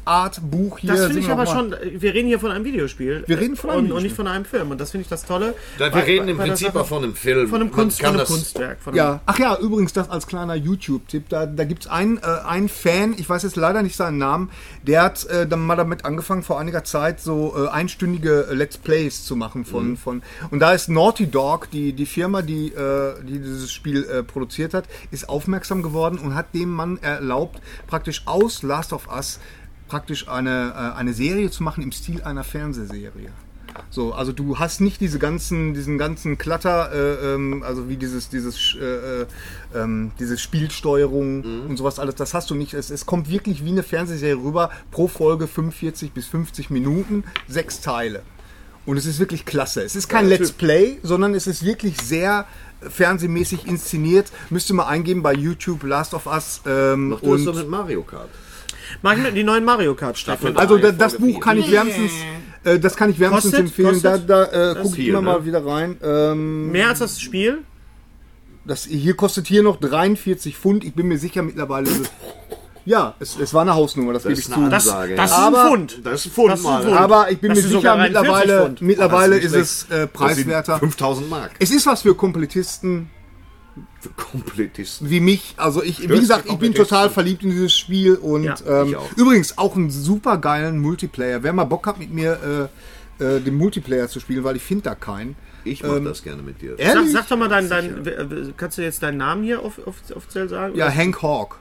A: Konzept-Art-Buch hier.
B: Das
A: Sind
B: finde ich
A: wir
B: aber
A: noch mal-
B: schon, wir reden hier von einem Videospiel.
A: Wir reden von einem
B: und, und nicht
A: Videospiel.
B: von einem Film. Und das finde ich das Tolle.
C: Da,
B: Weil-
C: wir reden im
B: weil das
C: Prinzip
B: einfach-
C: auch von einem Film.
B: von einem,
C: Man
B: Kunst,
C: kann
B: von einem
C: das-
B: Kunstwerk. Von einem
A: Ja, ach ja, übrigens das als kleiner YouTube-Tipp. Da, da gibt's einen, äh, einen Fan, ich weiß jetzt leider nicht seinen Namen, der hat äh, dann mal damit angefangen, vor einiger Zeit so äh, einstündige Let's Plays zu machen von. von und da ist Naughty Dog, die, die Firma, die, äh, die dieses Spiel äh, produziert hat, ist aufmerksam geworden und hat dem Mann erlaubt, praktisch aus Last of Us praktisch eine, äh, eine Serie zu machen im Stil einer Fernsehserie. So, also du hast nicht diese ganzen, diesen ganzen Klatter, äh, ähm, also wie dieses, dieses, äh, äh, ähm, diese
C: Mhm.
A: Spielsteuerung und sowas alles, das hast du nicht. Es, es kommt wirklich wie eine Fernsehserie rüber, pro Folge 45 bis 50 Minuten, sechs Teile. Und es ist wirklich klasse. Es ist kein Let's Play, sondern es ist wirklich sehr äh, fernsehmäßig inszeniert. Müsst ihr mal eingeben bei YouTube Last of Us. Ähm,
C: Doch, du hast
A: und
C: doch mit Mario Kart.
B: Mach mit die neuen Mario Kart Staffeln.
C: Staffel
A: also da,
C: drei,
A: das
C: Folge
A: Buch kann ich
C: vier.
A: wärmstens, äh, das kann ich wärmstens
B: Kostet?
A: empfehlen.
B: Kostet?
A: Da, da äh, gucke ich
C: viel,
A: immer
C: ne?
A: mal wieder rein. Ähm,
B: Mehr als das Spiel.
A: Das hier kostet hier noch 43 Pfund. Ich bin mir sicher, mittlerweile ist es. Ja, es, es war eine Hausnummer, das, gebe ich
C: ist
A: zu.
C: eine
B: Das,
C: Ansage,
B: das ist
C: ja.
B: ein
A: Aber-
B: Pfund.
C: Das ist ein Pfund,
B: Das ist ein
C: Mann.
B: Pfund.
A: Aber ich bin
B: Das
A: mir
B: sind sogar
A: sicher,
B: 43
A: mittlerweile,
B: Pfund.
A: mittlerweile
C: Das
A: ist
C: ist
A: es äh,
C: Das sind
A: preiswerter.
C: 5000 Mark.
A: Es ist was für Komplettisten
C: Für Komplettisten.
A: wie mich. Also ich, wie
C: ist
A: gesagt,
C: für
A: ich bin
C: Komplettisten.
A: total verliebt in dieses Spiel und
B: Ja,
A: ähm,
C: ich auch.
A: übrigens auch einen super geilen Multiplayer. Wer mal Bock hat mit mir äh, äh, den Multiplayer zu spielen, weil ich finde da keinen.
C: Ich mach das gerne mit dir.
B: Sag,
A: Ähm, Ehrlich?
B: sag doch mal deinen, deinen, w- w- kannst du jetzt deinen Namen hier auf, auf, offiziell sagen?
A: ja, Hank Hawk.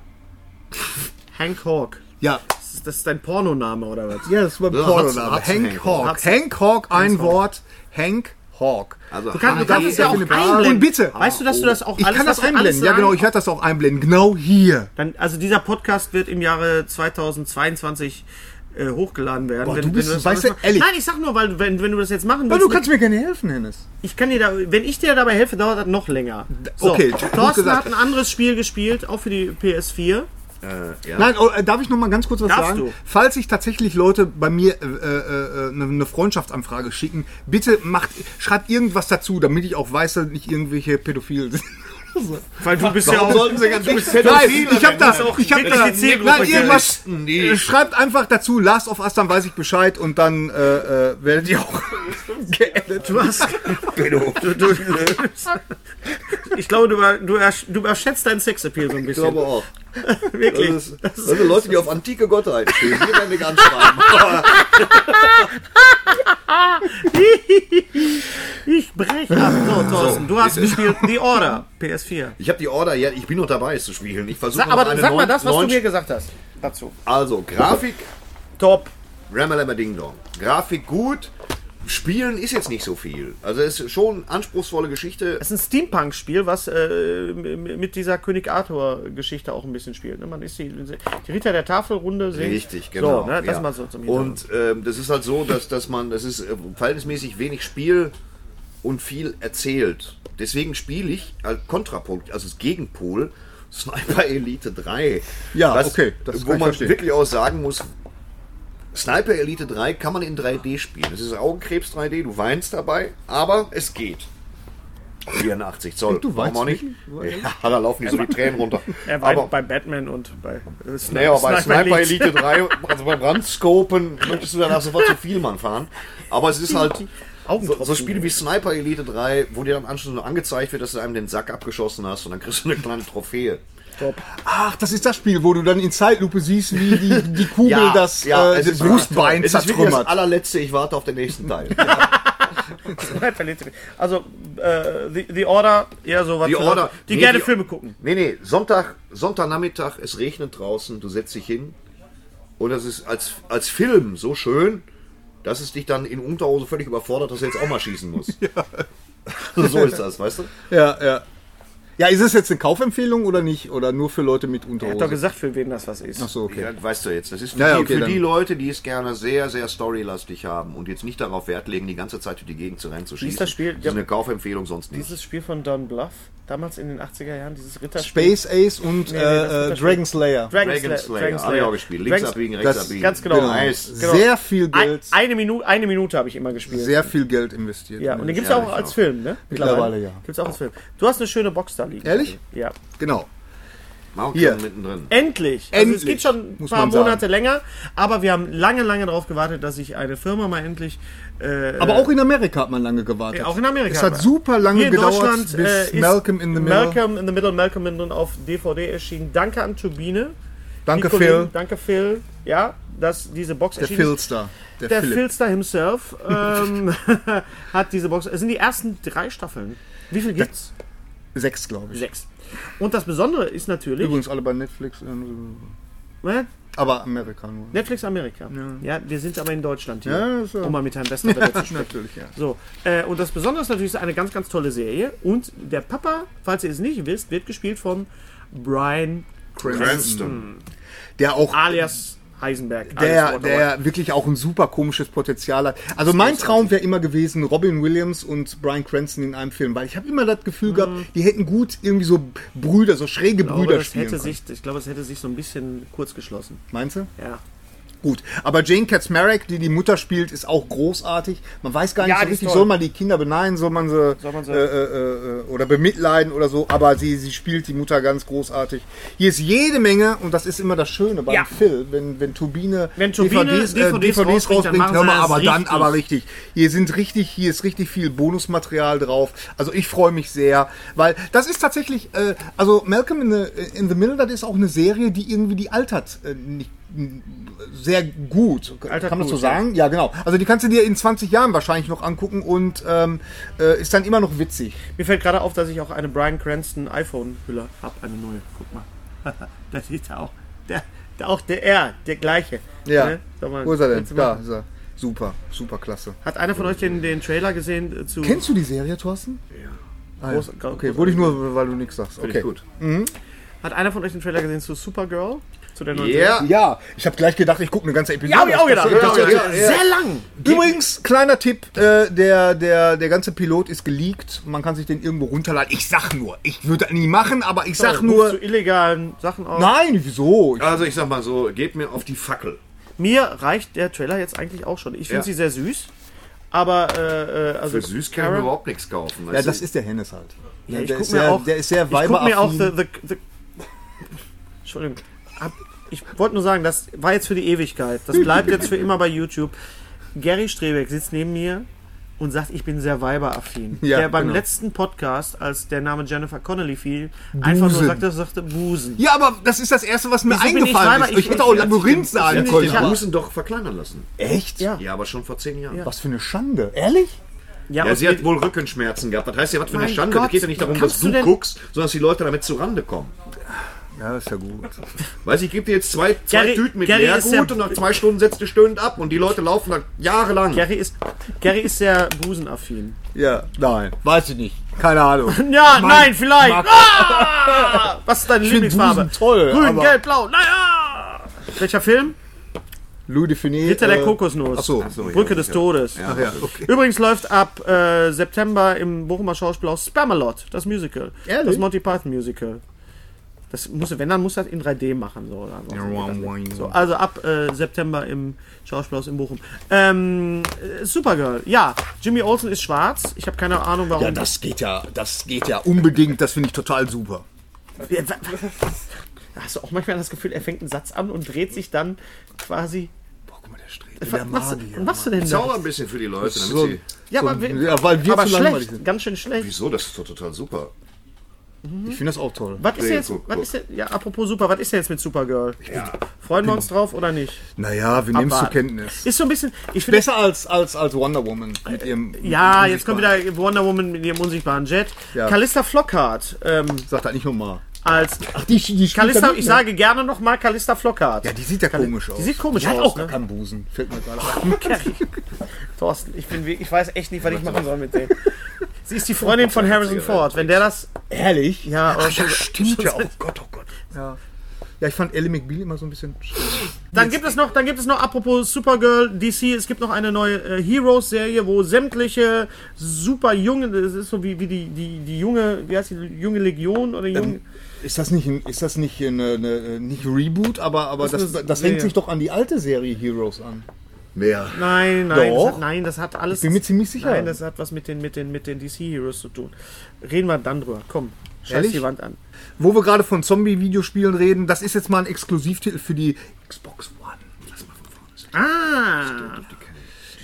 B: Hank Hawk.
A: Ja,
B: Das ist, das ist dein Pornoname oder was?
A: Ja, das war ein
C: Ja,
A: Pornoname.
C: hat's- hat's
A: Hank
C: Hank
A: Hawk.
B: Hat's-
A: Hank Hawk, ein Wort. Hank Hawk.
C: Also,
B: Du kannst, du
C: Hank
B: kannst
C: Hawk.
B: es ja auch
A: Philipp, ah,
B: einblenden.
A: und bitte.
B: Weißt du, dass du das auch
A: Ich
B: alles
A: kann das
B: was wir alles
A: einblenden. Ja,
B: sagen,
A: genau, ich werde das auch einblenden. Genau hier.
B: Dann, also dieser Podcast wird im Jahre 2022 äh, hochgeladen werden.
A: Boah, du bist-
B: das
A: weißt
B: alles
A: du,
B: machst.
A: ehrlich.
B: Nein, ich sag nur, weil wenn, wenn du das jetzt machen
A: Aber
B: willst,
A: du kannst mir gerne helfen, Hennes.
B: ich kann dir da, wenn ich dir dabei helfe, dauert das noch länger.
A: okay, gut
B: Thorsten
A: gesagt.
B: hat ein anderes Spiel gespielt, auch für die PS4.
C: Äh, ja.
A: Nein, oh, äh, darf ich noch mal ganz kurz was
B: Darfst
A: sagen?
B: du.
A: Falls sich tatsächlich Leute bei mir äh, äh, äh, eine eine Freundschaftsanfrage schicken, bitte macht, schreibt irgendwas dazu, damit ich auch weiß, dass nicht irgendwelche Pädophilen sind.
B: Weil du bist ja
C: Warum
B: auch.
C: sollten sie ganz bist
A: Nein,
C: Pädophile,
A: ich habe
C: wenn
A: da,
C: das auch-
A: ich hab
B: wirklich
A: da,
B: die Zielgruppe
A: nein,
B: kennen.
A: irgendwas, äh,
C: Christen, die-
A: schreibt einfach dazu Last of Us, dann weiß ich Bescheid und dann äh, äh, werdet ihr auch geedit.
B: Du hast. du, du, ich glaube, du, über- du, ersch- du überschätzt deinen Sexappeal so ein
C: Ich glaube
B: bisschen.
C: auch. Das,
B: Wirklich.
C: ist, das sind Leute, die auf antike Gottheiten stehen. Die werden nicht anschreiben.
B: Ich breche ab. So, Thorsten, du hast gespielt The Order, PS4.
C: Ich habe die Order, ja, ich bin noch dabei, es zu spielen. Ich versuche
B: Sag,
C: noch
B: aber
C: eine
B: sag mal
C: neun-
B: das, was
C: neun-
B: du mir gesagt hast dazu.
C: Also, Grafik,
B: Top.
C: Ramalama Ding Dong. Grafik gut, Spielen ist jetzt nicht so viel. Also, es ist schon anspruchsvolle Geschichte.
B: Es ist ein Steampunk-Spiel, was äh, m- mit dieser König Arthur-Geschichte auch ein bisschen spielt. Ne? Man ist die, die Ritter der Tafelrunde. Sind,
C: Richtig, genau.
B: So, ne? Das
C: ja.
B: mal so zum Hintergrund.
C: Und ähm, das ist halt so, dass, dass man, das ist äh, verhältnismäßig wenig Spiel und viel erzählt. Deswegen spiele ich als Kontrapunkt, also als Gegenpol, Sniper Elite 3.
A: Ja, okay, das kann
C: wo
A: ich
C: man
A: verstehen.
C: wirklich auch sagen muss, Sniper Elite 3 kann man in 3D spielen. Es ist Augenkrebs 3D, du weinst dabei, aber es geht. 84 Zoll.
A: Du weinst
C: Warum auch nicht? Ja, da laufen die so die Tränen runter.
B: er war
C: aber
B: bei Batman und bei äh, Sni-
C: naja, bei Sniper
B: Elite.
C: Elite 3, also beim Randscopen, möchtest du danach sofort zu viel Mann fahren. Aber es ist halt so,
B: Augentropfen.
C: so Spiele wie Sniper Elite 3, wo dir am Anschluss nur angezeigt wird, dass du einem den Sack abgeschossen hast und dann kriegst du eine kleine Trophäe.
A: Ach, das ist das Spiel, wo du dann in Zeitlupe siehst, wie die, die Kugel das, äh,
C: es
A: das
C: ist wirklich
A: Brustbein
C: toll. Es ist wirklich das
A: zertrümmert.
C: allerletzte, ich warte auf den nächsten Teil.
B: Sniper Elite. Also, äh, the, the Order, eher sowas.
C: Die
B: für
C: Order.
B: Leute, Die
C: Nee,
B: gerne
C: die-
B: Filme gucken.
C: Nee, nee, Sonntag, Sonntagnachmittag, es regnet draußen, du setzt dich hin. Und das ist als, als Film so schön, dass es dich dann in Unterhose völlig überfordert, dass du jetzt auch mal schießen musst. so ist das, weißt du?
A: Ja, ja. Ja, ist es jetzt eine Kaufempfehlung oder nicht? Oder nur für Leute mit
B: Er hat doch
A: Unterhose?
B: gesagt, für wen das was ist.
A: Ach so, okay.
C: Ja, das weißt du jetzt, das ist für,
A: Ja, ja,
C: die,
A: okay,
C: für
A: dann-
C: die Leute, die es gerne sehr, sehr storylastig haben und jetzt nicht darauf Wert legen, die ganze Zeit durch die Gegend zu reinzuschießen.
B: Wie ist das Spiel?
C: Das
B: Ja.
C: ist eine Kaufempfehlung, sonst nicht.
B: Dieses Spiel von Don Bluff, damals in den 80er Jahren, dieses Ritterspiel.
A: Space Ace und
B: Nee, nee, das
A: äh, äh,
B: Unterschied.
A: Dragon Slayer.
B: Dragon
C: Dragon
B: Slayer.
C: Slayer,
B: Dragon
C: habe ich
B: Slayer.
C: auch gespielt. Links
B: Dragon-
C: abbiegen, rechts
A: das-
C: abbiegen.
B: ganz genau.
A: Genau.
C: Nice.
B: Genau.
A: Sehr viel
B: Ein,
A: Geld.
B: eine Minute, eine Minute habe ich immer gespielt.
A: Sehr viel Geld investiert.
B: Ja, und den gibt es
C: Ja,
B: auch
C: ich
B: als
C: auch.
B: Film, ne?
A: Mittlerweile, ja.
B: Gibt es auch als Film. Du hast eine schöne Box da liegen.
A: Ehrlich?
B: Ja.
A: Genau.
C: Mauern
A: Hier.
C: mittendrin.
B: Endlich! Also es
A: Endlich,
B: gibt schon ein
A: muss
B: paar
A: man sagen.
B: Monate länger, aber wir haben lange, lange darauf gewartet, dass sich eine Firma mal endlich. Äh,
A: Aber auch in Amerika hat man lange gewartet.
B: Auch in Amerika.
A: Es hat super lange
B: Hier in
A: gedauert,
B: Deutschland
A: bis
B: äh, ist
A: Malcolm in the Middle.
B: Malcolm in the Middle, Malcolm in the Middle auf DVD erschienen. Danke an Turbine.
A: Danke,
B: Die
A: Phil.
B: Kollegen, Danke Phil. Ja, dass diese Box
A: Der
B: erschienen ist.
A: Filster. Der,
B: Der
A: Philipp.
B: Filster himself ähm, hat diese Box. Es sind die ersten drei Staffeln. Wie viel gibt's?
A: Sechs, glaube ich.
B: Sechs. Und das Besondere ist natürlich
A: Übrigens alle bei Netflix. äh,
B: ne,
A: Aber Amerika nur.
B: Netflix Amerika. Ja. wir sind aber in Deutschland hier,
A: Ja, so.
B: um mal mit Herrn Westerwelle zu sprechen.
A: Natürlich, ja.
B: So, äh, und das Besondere ist natürlich es ist eine ganz, ganz tolle Serie. Und der Papa, falls ihr es nicht wisst, wird gespielt von Brian
C: Cranston.
A: Der auch
B: alias Heisenberg.
A: der,
B: alias
A: der wirklich auch ein super komisches Potenzial hat. Also mein Traum wäre immer gewesen, Robin Williams und Brian Cranston in einem Film, weil ich habe immer das Gefühl gehabt, die hätten gut irgendwie so Brüder, so schräge
B: Mhm. ich glaube,
A: Brüder
B: das
A: spielen
B: hätte
A: können.
B: sich, ich glaube, es hätte sich so ein bisschen kurz geschlossen.
A: Meinst du?
B: Ja.
A: Gut. Aber Jane Katzmarek, die die Mutter spielt, ist auch großartig. Man weiß gar nicht
B: Ja,
A: so
B: die ist
A: richtig,
B: toll.
A: soll man die Kinder beneiden, soll man sie,
B: Soll man sie-
A: äh, äh, äh, oder bemitleiden oder so. Aber sie, sie spielt die Mutter ganz großartig. Hier ist jede Menge, und das ist immer das Schöne beim
B: Ja.
A: Phil, wenn, wenn Turbine,
B: Wenn Turbine
A: DVDs, äh,
B: DVDs
A: DVDs
B: rausbringt, dann
A: rausbringt,
B: machen
A: hör
B: sie
A: mal,
B: das
A: aber dann
B: richtig.
A: aber richtig. Hier sind richtig, hier ist richtig viel Bonusmaterial drauf. Also ich freue mich sehr, weil das ist tatsächlich, äh, also Malcolm in the, in the Middle, das ist auch eine Serie, die irgendwie die altert. Äh, nicht, n- sehr gut.
B: Altert
A: Kann man das so
B: gut, ja.
A: sagen? Ja. genau. Also die kannst du dir in 20 Jahren wahrscheinlich noch angucken und ähm, äh, ist dann immer noch witzig.
B: Mir fällt gerade auf, dass ich auch eine Brian Cranston iPhone-Hülle habe, eine neue. Guck mal. das ist ja auch der, der, auch der R, der gleiche.
A: Ja.
B: Ne? Sag mal,
A: Wo ist er denn?
B: kannst du
A: Da
B: machen.
A: ist er. Super, super klasse.
B: Hat einer von euch den, den Trailer gesehen äh, zu.
A: Kennst du die Serie, Thorsten? Ah, Ja.
B: Groß-
A: okay, wurde ich nur, weil du nichts sagst.
C: Finde
A: Okay.
C: ich gut.
B: Hat einer von euch den Trailer gesehen zu Supergirl? Zu der neuen Serie?
C: Ja,
A: Ja, ich habe gleich gedacht, ich gucke eine ganze Episode.
B: Ja, hab ich auch
A: Das-
B: gedacht.
A: das- das-
B: Ja, ja,
A: das-
B: ja. Sehr lang.
A: Übrigens, kleiner Tipp, äh, der, der, der ganze Pilot ist geleakt. Man kann sich den irgendwo runterladen. Ich sag nur, ich würde nie machen, aber ich sag
B: Ruf Zu
A: nur.
B: illegalen Sachen auf.
A: Nein, wieso? Ich,
C: also ich sag mal so, geht mir auf die Fackel.
B: Mir reicht der Trailer jetzt eigentlich auch schon. Ich finde
C: Ja.
B: sie sehr süß. Aber äh, äh, also
C: Für süß kann man
B: Carol-
C: überhaupt nichts kaufen.
A: Ja,
C: weißt
A: das
C: du?
A: ist der Hennes halt.
B: Ja, ich
A: der,
B: guck
A: ist
B: mir
A: sehr,
B: auch,
A: der ist sehr
B: ich guck mir auch
A: weiberaffin.
B: the, the, the, Entschuldigung. Hab, ich wollte nur sagen, das war jetzt für die Ewigkeit. Das bleibt jetzt für immer bei YouTube. Gary Strebeck sitzt neben mir und sagt, ich bin sehr weiberaffin.
A: Ja,
B: der beim
A: genau.
B: letzten Podcast, als der Name Jennifer Connelly fiel, einfach nur
A: Busen.
B: sagte, sagte Busen.
A: Ja, aber das ist das Erste, was mir
B: Wieso bin ich
A: eingefallen
B: Weiber?
A: ist. Ich
B: Ich-
A: hätte auch
B: ich-
A: Labyrinth
B: ich-
A: sagen
B: ich-
C: Ich
A: können.
C: habe
B: Ja.
C: Musen doch verkleinern lassen.
A: Echt?
B: Ja.
C: Ja, aber schon vor zehn Jahren.
B: Ja.
C: Ja,
A: Was für eine Schande. Ehrlich?
B: und
C: sie hat
B: mit-
C: wohl Rückenschmerzen gehabt. Das heißt ja, was für eine
B: Mein
C: Schande.
B: Gott,
C: Es geht ja nicht darum,
B: kannst
C: dass
B: du
C: du
B: denn-
C: guckst, sondern dass die Leute damit zurande kommen.
A: Ja, ist ja gut.
C: Weiß ich, gebe dir jetzt zwei, zwei
B: Gary-
C: Tüten mit
B: Gary ist
C: Leergut
B: ja-
C: und nach zwei Stunden setzt du stöhnend ab und die Leute laufen da jahrelang.
B: Gary ist, Gary ist sehr busenaffin.
A: Ja, nein. Weiß ich nicht. Keine Ahnung.
B: Ja, nein, vielleicht. Ah! Was ist deine
A: find
B: Lieblingsfarbe?
A: Busen toll,
B: Grün,
A: aber-
B: gelb, blau. Naja. Welcher Film?
A: Lou de Finet. äh,
B: Ritter der Kokosnuss.
A: Ach so.
B: Brücke des Todes.
A: Ach ja, okay.
B: Übrigens läuft ab äh, September im Bochumer Schauspielhaus Spamalot, das Musical.
A: Ehrlich?
B: Das Monty Python Musical. Das muss, wenn, dann muss das in 3D machen. So, oder so. So, also ab äh, September im Schauspielhaus in Bochum. Ähm, äh, Supergirl, ja. Jimmy Olsen ist schwarz. Ich habe keine Ahnung, warum.
A: Ja, das geht ja, das geht ja unbedingt. Das finde ich total super.
B: Ja, wa- wa- Hast du auch manchmal das Gefühl, er fängt einen Satz an und dreht sich dann quasi.
A: Boah, guck mal, der Street. In
B: Was,
A: der
B: was,
A: Magier.
B: was machst du denn
C: Zauber
B: da?
C: ein bisschen für die Leute, damit
A: So-
C: sie.
B: Ja,
A: so-
B: aber, wir-
A: ja, weil wir
B: aber
A: zu langweilig
B: schlecht,
A: sind.
B: ganz schön schlecht.
C: Wieso? Das ist doch total super.
A: Ich finde das auch toll.
B: Was ist
C: Nee,
B: denn jetzt,
C: guck,
B: was
C: guck.
B: ist denn, ja, apropos Super, was ist denn jetzt mit Supergirl? Freuen wir uns drauf oder nicht?
A: Naja, wir nehmen es zur
B: Abwarten.
A: Kenntnis.
B: Ist so ein bisschen, ich finde,
A: Besser als, als, als Wonder Woman mit ihrem.
B: ja, jetzt kommt wieder Wonder Woman mit ihrem unsichtbaren Jet.
A: Ja.
B: Callista Flockhart, ähm,
A: Sagt eigentlich nochmal.
B: als,
A: Die, die spielt da
B: Callista,
A: mit,
B: ich
A: ne?
B: sage gerne nochmal Callista Flockhart.
A: Ja, die sieht ja komisch aus.
B: Die sieht komisch
A: Die hat
B: aus,
A: auch
B: ne?
A: gar keinen Busen. Fällt mir gerade auf.
B: Thorsten, ich bin, wirklich- ich weiß echt nicht, was ich machen soll mit dem. Sie ist die Freundin von Harrison Ford. Wenn der das,
A: Ehrlich? Ja,
B: ja,
A: ja stimmt ja. Oh Gott, oh Gott. Ja. Ja, ich fand Ellie McBeal immer so ein bisschen.
B: Dann gibt es noch, dann gibt es noch, apropos Supergirl, DC, es gibt noch eine neue äh, Heroes-Serie, wo sämtliche super junge, das ist so wie, wie die, die, die junge, wie heißt die, junge Legion
A: Ähm,
B: oder junge,
A: Ist das nicht, ein- ist das nicht, eine, eine, nicht Reboot, aber, aber das,
B: eine
A: das, hängt
B: Serie.
A: sich doch an die alte Serie Heroes an.
C: Mehr.
B: nein, nein, das
A: Doch.
B: hat, nein, das hat alles,
A: Bin mir ziemlich sicher.
B: nein, das hat was mit den, mit den, mit den DC-Heroes zu tun. Reden wir dann drüber, komm, scheiß
A: Ehrlich?
B: die Wand an.
A: Wo wir gerade von Zombie-Videospielen reden, das ist jetzt mal ein Exklusivtitel für die Xbox One.
B: Ah,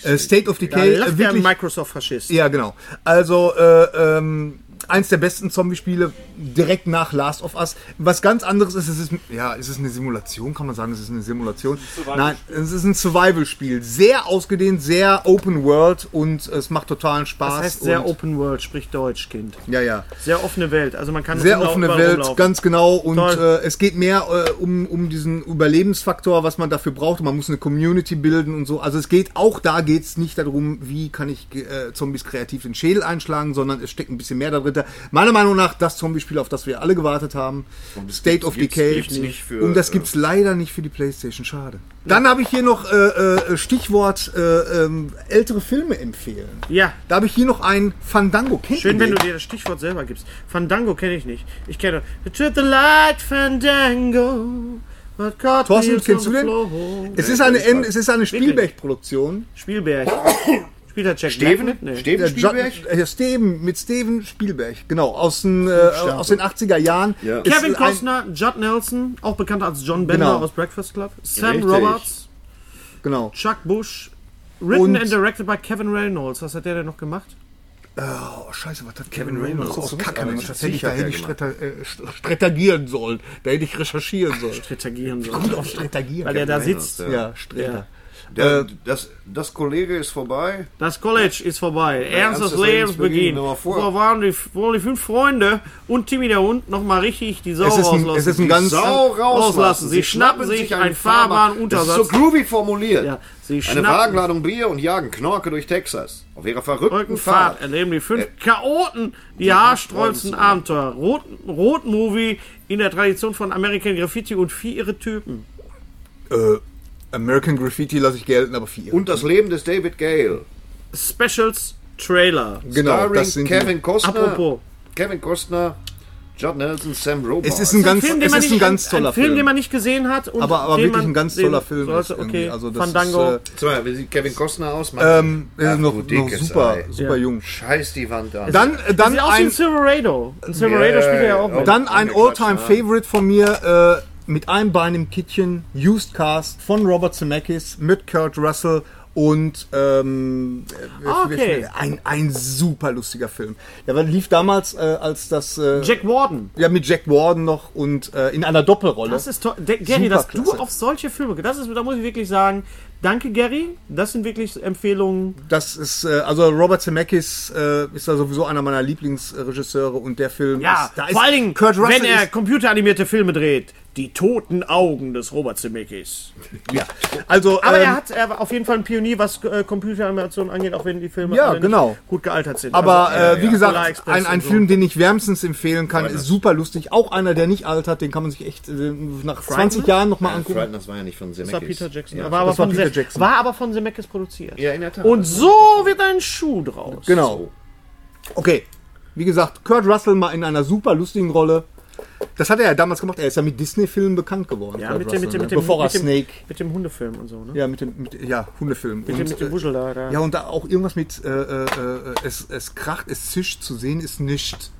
A: Äh, State of
B: da
A: Decay,
B: lacht
A: äh,
B: der
A: wirklich.
B: Microsoft-Faschist.
A: Ja, genau. Also, äh, ähm, eins der besten Zombie-Spiele direkt nach Last of Us. Was ganz anderes ist, es ist, ja, es ist eine Simulation, kann man sagen, es ist eine Simulation. Nein, es ist ein Survival-Spiel. Sehr ausgedehnt, sehr Open World und es macht totalen Spaß.
B: Das heißt sehr
A: und,
B: Open World, sprich Deutsch, Kind.
A: Ja, ja.
B: Sehr offene Welt, also man kann
A: Sehr
B: überall-
A: offene
B: überall
A: Welt,
B: rumlaufen.
A: ganz genau. Und
B: Toll.
A: äh, es geht mehr äh, um, um diesen Überlebensfaktor, was man dafür braucht. Man muss eine Community bilden und so. Also es geht, auch da geht es nicht darum, wie kann ich äh, Zombies kreativ den Schädel einschlagen, sondern es steckt ein bisschen mehr darin. Meiner Meinung nach das Zombie-Spiel, auf das wir alle gewartet haben. State
C: gibt's-
A: of
C: gibt's-
A: Decay.
C: gibt's nicht für,
A: und das
C: äh,
A: gibt's leider nicht für die Playstation, schade. Dann habe ich hier noch äh, äh, Stichwort äh, ähm, ältere Filme empfehlen.
B: Ja,
A: Da habe ich hier noch ein Fandango. Kennt
B: Schön,
A: ihr
B: wenn
A: den?
B: du dir das Stichwort selber gibst. Fandango kenne ich nicht. Ich kenne To the Light Fandango. What got
A: Thorsten,
B: me
A: kennst du
B: on the
A: den?
B: floor.
A: Es ist eine, N- es ist eine Spielberg-Produktion.
B: Spielberg. Spielt der Jack
C: Steven?
B: Black mit? Nee.
C: Steven
A: Der John-
C: Spielberg?
A: äh, Steven, mit Steven Spielberg, genau, aus den, äh, aus den 80er Jahren.
C: Ja.
A: Ist
B: Kevin
A: ein-
B: Costner, Judd Nelson, auch bekannt als John Bender
A: Genau.
B: aus Breakfast Club. Sam
C: Richtig.
B: Roberts,
A: Genau.
B: Chuck Bush. Written
A: Und-
B: and directed by Kevin Reynolds. Was hat der denn noch gemacht?
A: Oh, scheiße, was hat Kevin Reynolds
C: Reynolds
A: aus Kacke,
C: alles
A: Mensch, das hätte ich,
C: sicher
A: da hätte ich
C: gemacht.
A: strata- äh, st- strategieren sollen. Da hätte ich recherchieren sollen.
B: Strategieren so.
A: Gut auf strategieren.
B: Weil der da
C: Reynolds,
B: sitzt.
C: ja.
A: ja, Streter. äh,
C: Der, das, das Kollege ist vorbei.
B: Das College ist vorbei. Ernst des Lebens beginnt.
C: Nummer
B: Wo
C: vor.
B: waren die, wo die fünf Freunde und Timmy der Hund nochmal richtig die Sau
A: Es ist ein-
B: rauslassen?
A: es ist ein
B: Die
A: ganz-
B: Sau rauslassen. Sie schnappen sich einen fahrbaren
C: Das ist
B: Untersatz.
C: so groovy formuliert.
B: Ja, sie
C: Eine
B: schnappen-
C: Wagenladung Bier und jagen Knorke durch Texas. Auf ihrer verrückten
B: Rückenfahrt
C: Fahrt.
B: erleben die fünf Chaoten Äh, die haarsträubendsten Abenteuer. Rot- Rot-Movie in der Tradition von American Graffiti und vier irre Typen.
A: Äh, American Graffiti lasse ich gelten, aber vier.
C: Und das Leben des David Gale.
B: Specials Trailer.
A: genau,
C: Starring
A: das sind die-
C: Kevin Costner.
B: Apropos.
C: Kevin Costner, Judd Nelson, Sam Robards.
A: Es ist ein ganz,
B: Film, den
A: es
B: man
A: ist
B: nicht,
A: ein ganz
B: ein-
A: toller
B: ein Film,
A: Film.
B: den man nicht gesehen hat. Und
A: aber aber
B: den
A: wirklich
B: man
A: ein ganz
B: sehen
A: toller Film.
B: Sollte.
A: ist irgendwie.
B: Okay,
A: also das
B: Fandango.
A: Ist,
C: Sag mal, wir sehen Kevin Costner aus. Mann.
A: äh, ähm, er
C: Ach,
A: ist noch,
C: du
A: noch
C: dickes
A: super,
C: Ei.
A: super jung.
C: Scheiß die Wand an.
A: Dann, äh, dann
B: Sieht aus wie
A: ein,
B: ein Silverado. Ein Silverado
C: Ja,
B: spielt er ja
C: ja,
B: auch mit.
A: dann ein
C: Angequatscht,
A: All-Time-Favorite von mir, äh, mit einem Bein im Kittchen, Used Cast von Robert Zemeckis mit Kurt Russell und ähm, äh,
B: Ah, Okay.
A: ein, ein super lustiger Film. Der war- lief damals äh, als das äh,
B: Jack Warden.
A: ja mit Jack Warden noch und äh, in einer Doppelrolle.
B: Das ist toll. De- Gary, dass du
A: Superklasse.
B: auf solche Filme, das ist, da muss ich wirklich sagen, danke Gary, das sind wirklich Empfehlungen.
A: Das ist, äh, also Robert Zemeckis äh, ist da sowieso einer meiner Lieblingsregisseure und der Film
B: Ja,
A: ist, da ist
B: vor allen Dingen,
A: Kurt Russell
B: wenn er
A: ist,
B: computeranimierte Filme dreht. Die toten Augen des Robert Zemeckis.
A: ja. Also,
B: Aber
A: ähm,
B: er hat er war auf jeden Fall ein Pionier, was äh, Computeranimation angeht, auch wenn die Filme
A: Ja,
B: alle nicht
A: genau.
B: gut gealtert sind.
A: aber
B: Also,
A: äh, wie
B: ja, Polar
A: gesagt,
B: Express
A: ein, ein
B: und so.
A: Film, den ich wärmstens empfehlen kann, ist super lustig. Auch einer, der nicht altert, den kann man sich echt äh, nach 20 Jahren nochmal
C: Nein,
A: angucken.
C: Frighteners das war ja nicht von
B: Das war
C: Zemeckis.
B: Peter Jackson.
C: Ja.
B: aber war, aber
A: das war
B: von
A: Peter
B: Sem-
A: Jackson.
B: war aber von Zemeckis produziert.
C: Ja, in der Tat.
B: Und so wird ein Schuh draus.
A: Genau. Okay. Wie gesagt, Kurt Russell mal in einer super lustigen Rolle. Das hat er ja damals gemacht. Er ist ja mit Disney-Filmen bekannt geworden.
B: Ja,
A: Kurt
B: mit dem, mit
A: Russell,
B: dem,
A: ne?
B: mit dem,
A: Bevor er
B: mit dem,
A: Snake.
B: Mit dem Hundefilm und so, ne?
A: Ja, mit dem mit, ja, Hundefilm.
B: Mit, dem, mit dem
A: äh,
B: Wuschel da. da.
A: Ja, und da auch irgendwas mit, äh, äh, äh, es, es kracht, es zischt, zu sehen ist nicht.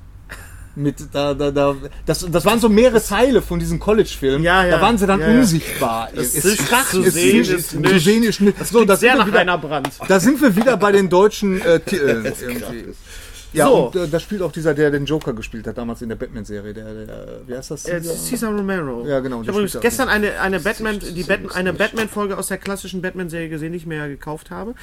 A: Mit, da, da, da, das, das waren so mehrere Teile von diesem College-Film.
B: Ja, ja.
A: Da waren sie dann
B: Ja, ja.
A: unsichtbar.
B: Es zischt, zu sehen ist
A: Zu
B: nicht.
A: sehen ist nicht. Das so, da
B: Sehr
A: sind, wir
B: nach
A: wieder,
B: Rainer Brandt.
A: da sind wir wieder bei den deutschen äh, Titeln. irgendwie. Ja,
B: So.
A: und äh, da spielt auch dieser, der den Joker gespielt hat, damals in der Batman-Serie. Der, der, wie heißt das?
B: Äh, Cesar Romero.
A: Ja, genau,
B: Ich
A: der
B: habe übrigens
A: spielt
B: gestern eine, eine Batman, die Bat eine Batman-Folge aus der klassischen Batman-Serie gesehen, die ich mir ja gekauft habe.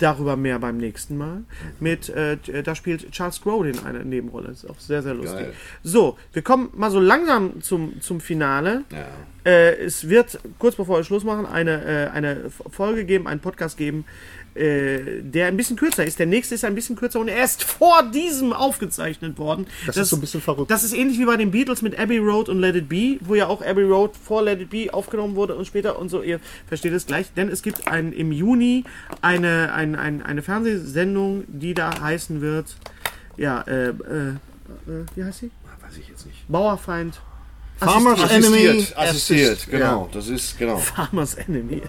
B: Darüber mehr beim nächsten Mal. Mit, äh, da spielt Charles Grodin eine Nebenrolle. Ist auch sehr, sehr lustig.
C: Geil.
B: So, wir kommen mal so langsam zum, zum Finale.
C: Ja.
B: Äh, es wird, kurz bevor wir Schluss machen, eine, äh, eine F- Folge geben, einen Podcast geben, äh, der ein bisschen kürzer ist. Der nächste ist ein bisschen kürzer und er ist vor diesem aufgezeichnet worden.
A: Das ist so ein bisschen verrückt.
B: Das ist ähnlich wie bei den Beatles mit Abbey Road und Let It Be, wo ja auch Abbey Road vor Let It Be aufgenommen wurde und später und so. Ihr versteht es gleich, denn es gibt ein, im Juni eine, ein, ein, eine Fernsehsendung, die da heißen wird, ja, äh, äh, äh, wie heißt sie?
C: Weiß ich jetzt nicht.
B: Bauerfeind.
A: Farmers
B: Assistiert.
A: Enemy.
C: Assistiert, assistiert, genau. Das ist, genau.
B: Farmers Enemy.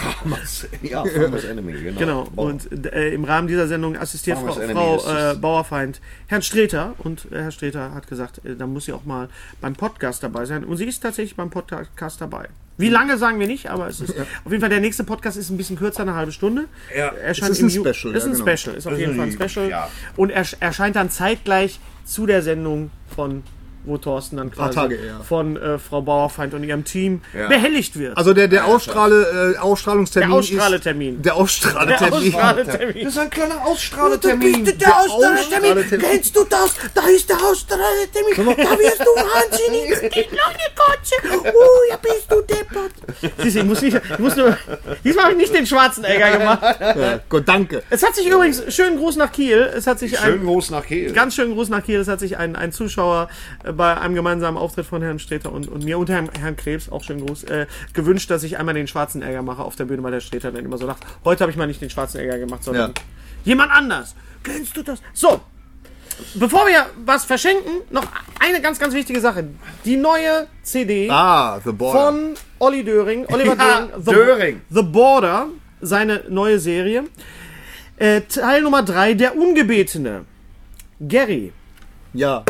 C: Farmers, ja, Farmers Enemy, genau.
B: Genau,
A: Oh.
C: Boah.
B: und äh, im Rahmen dieser Sendung assistiert
C: Farmers
B: Frau,
C: Enemy ist
B: Frau äh,
C: es.
B: Bauerfeind Herrn Streter und äh, Herr Streter hat gesagt, äh, da muss sie auch mal beim Podcast dabei sein und sie ist tatsächlich beim Podcast dabei. Wie lange sagen wir nicht, aber es ist auf jeden Fall der nächste Podcast ist ein bisschen kürzer, eine halbe Stunde.
C: Ja,
B: erscheint
A: es ist ein
B: im Ju-
A: Special,
B: Ist
A: ja,
B: ein
A: genau.
B: Special, ist auf jeden Fall ein
C: ein-
B: Special
C: ja.
B: und ersch- erscheint dann zeitgleich zu der Sendung von wo Thorsten dann quasi
A: Tage eher.
B: von äh, Frau Bauerfeind und ihrem Team behelligt wird.
A: Also der, der Ausstrahle, äh, Ausstrahlungstermin
B: Der Ausstrahletermin.
A: ist... Der Ausstrahltermin.
B: Ausstrahltermin.
C: Das ist ein kleiner Ausstrahletermin.
A: Der Ausstrahltermin.
F: Kennst du das? Da ist der Australtermin. Da wirst du wahnsinnig. Gib noch eine Kotze. Oh, ja, bist du deppert.
B: Siehst du, ich muss nicht, ich muss nur, diesmal habe ich nicht den schwarzen Egger gemacht.
A: Ja, Gott, Äh, danke.
B: Es hat sich übrigens, schönen Gruß nach Kiel, es hat sich
C: Schön
B: ein,
C: groß nach Kehl.
B: ganz schönen Gruß nach Kiel, es hat sich ein, ein Zuschauer äh, bei einem gemeinsamen Auftritt von Herrn Streter und, und mir und Herrn, Herrn Krebs, auch schönen Gruß, äh, gewünscht, dass ich einmal den schwarzen Egger mache auf der Bühne, weil der Streter dann immer so lacht. Heute habe ich mal nicht den schwarzen Egger gemacht, sondern
A: Ja.
B: jemand anders. Kennst du das? So. Bevor wir was verschenken, noch eine ganz, ganz wichtige Sache. Die neue CD
A: Ah, The Boy.
B: von Olli Döring. Oliver
C: Ja,
B: Döring. The,
C: Döring.
B: The Border, seine neue Serie. Äh, Teil Nummer 3, Der Ungebetene. Gary,
A: ja.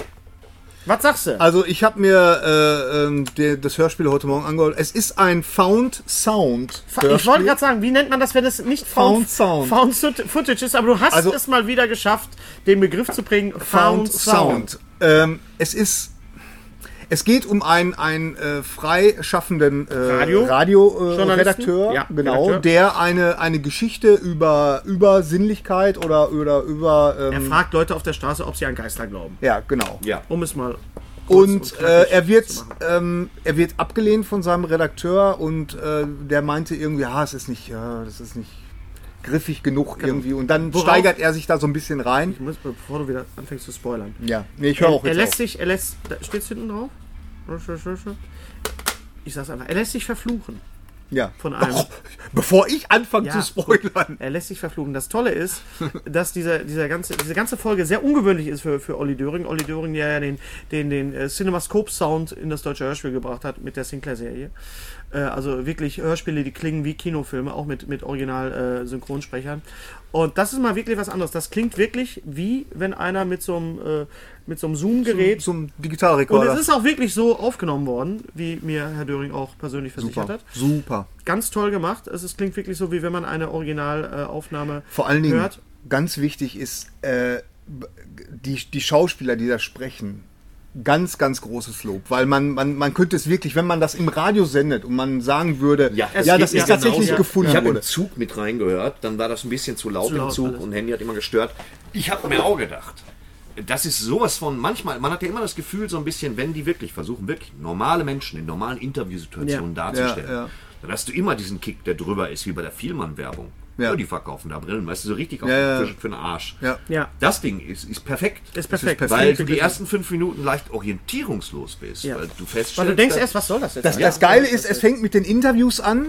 B: was sagst du?
A: Also ich habe mir äh, ähm, der, das Hörspiel heute Morgen angehört. Es ist ein Found Sound.
B: ich wollte gerade sagen, wie nennt man das, wenn es nicht
A: Found Sound.
B: Found Soot- Footage ist, aber du hast
A: Also-
B: es mal wieder geschafft, den Begriff zu bringen.
A: Found Sound. Ähm, es ist. Es geht um einen, einen äh, freischaffenden äh,
B: Radio-
A: Radio, äh,
B: Journalisten?
A: Redakteur,
B: Ja,
A: genau,
B: Redakteur.
A: der eine, eine Geschichte über, über Sinnlichkeit oder, oder über.
B: Er
A: Ähm,
B: fragt Leute auf der Straße, ob sie an Geister glauben.
A: ja, genau.
C: Ja.
B: Um es mal. kurz
A: Und äh,
B: knackig
A: er, wird,
B: zu machen.
A: ähm, er wird abgelehnt von seinem Redakteur und äh, der meinte irgendwie, ja, es ist nicht, ja, das ist nicht griffig genug irgendwie. Und dann
B: Genau. Worauf-
A: steigert er sich da so ein bisschen rein.
B: Ich muss, bevor du wieder anfängst zu spoilern.
A: Ja, nee, ich höre auch
B: er
A: jetzt
B: lässt
A: auf.
B: sich, er lässt, da steht's hinten drauf. Ich sag's einfach, er lässt sich verfluchen.
A: Ja. Oh,
B: Von allem.
A: Bevor ich anfange zu
B: Ja,
A: spoilern.
B: gut. Er lässt sich verfluchen. Das Tolle ist, dass dieser, dieser ganze, diese ganze Folge sehr ungewöhnlich ist für, für Olli Döring. Olli Döring, der ja den, den, den äh, Cinemascope-Sound in das deutsche Hörspiel gebracht hat mit der Sinclair-Serie. Äh, Also wirklich Hörspiele, die klingen wie Kinofilme, auch mit, mit Original-Synchronsprechern. Und das ist mal wirklich was anderes. Das klingt wirklich wie, wenn einer mit so einem, äh, mit so einem Zoom-Gerät
A: Zum
B: und
A: Digitalrekorder.
B: es ist auch wirklich so aufgenommen worden, wie mir Herr Döring auch persönlich versichert
A: super.
B: hat.
A: Super.
B: Ganz toll gemacht. Es ist, klingt wirklich so, wie wenn man eine Originalaufnahme
A: Vor allen Dingen,
B: hört.
A: ganz wichtig ist, äh, die, die Schauspieler, die da sprechen, ganz, ganz großes Lob. Weil man, man, man könnte es wirklich, wenn man das im Radio sendet und man sagen würde, ja,
C: Ja, es geht
A: das
C: mir
A: ist tatsächlich
C: genauso.
A: gefunden
C: Ich habe
A: wurde.
C: im Zug mit reingehört, dann war das ein bisschen zu laut,
B: Zu
C: im
B: laut
C: Zug
B: alles.
C: und Handy hat immer gestört. Ich habe mir auch gedacht, das ist sowas von manchmal, man hat ja immer das Gefühl so ein bisschen, wenn die wirklich versuchen, wirklich normale Menschen in normalen Interviewsituationen darzustellen,
A: Ja, ja.
C: dann hast du immer diesen Kick, der drüber ist, wie bei der Vielmann-Werbung.
A: Ja.
C: Ja. die verkaufen da Brillen, weißt du, so richtig auf
A: Ja, ja.
C: Für, für den Arsch.
A: Ja.
B: Ja.
C: Das Ding ist, ist perfekt.
B: Ist perfekt.
A: perfekt.
C: Weil du die ersten fünf Minuten leicht orientierungslos bist.
B: Ja.
C: Weil du feststellst.
B: Weil du denkst
C: dass-
B: erst, was soll das jetzt?
A: Das,
B: Ja.
A: das Geile ist, es fängt mit den Interviews an.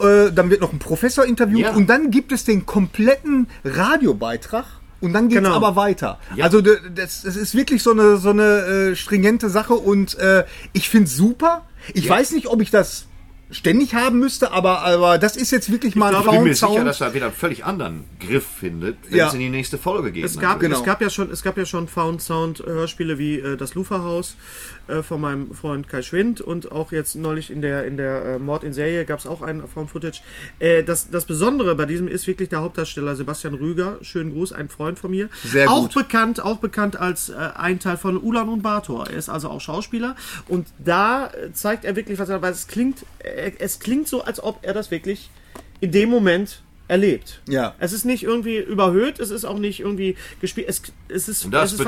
A: äh, Dann wird noch ein Professor interviewt
C: Ja.
A: und dann gibt es den kompletten Radiobeitrag und dann geht es
B: Genau.
A: aber weiter. Also d- das, das ist wirklich so eine, so eine äh, stringente Sache und äh, ich finde es super. Ich weiß nicht, ob ich das ständig haben müsste, aber, aber das ist jetzt wirklich mal
C: Ich bin mir
A: ein
C: sicher,
A: Sound.
C: dass er wieder einen völlig anderen Griff findet, wenn
A: Ja.
C: es in die nächste Folge geht. ne?
B: Es gab,
C: natürlich.
A: Genau.
B: es gab ja schon, es gab ja schon Found Sound Hörspiele wie äh, das Luferhaus äh, von meinem Freund Kai Schwind und auch jetzt neulich in der in der äh, Mord in Serie gab es auch einen Found Footage. Äh, das, das Besondere bei diesem ist wirklich der Hauptdarsteller Sebastian Rüger, schönen Gruß, ein Freund von mir.
A: Sehr
B: auch
A: gut.
B: bekannt, auch bekannt als äh, ein Teil von Ulan und Bator. Er ist also auch Schauspieler und da äh, zeigt er wirklich was, er- weil es klingt, äh, es klingt so, als ob er das wirklich in dem Moment erlebt.
A: Ja.
B: Es ist nicht irgendwie überhöht, es ist auch nicht irgendwie gespielt. Es, es ist,
C: Und das
B: genau- es ist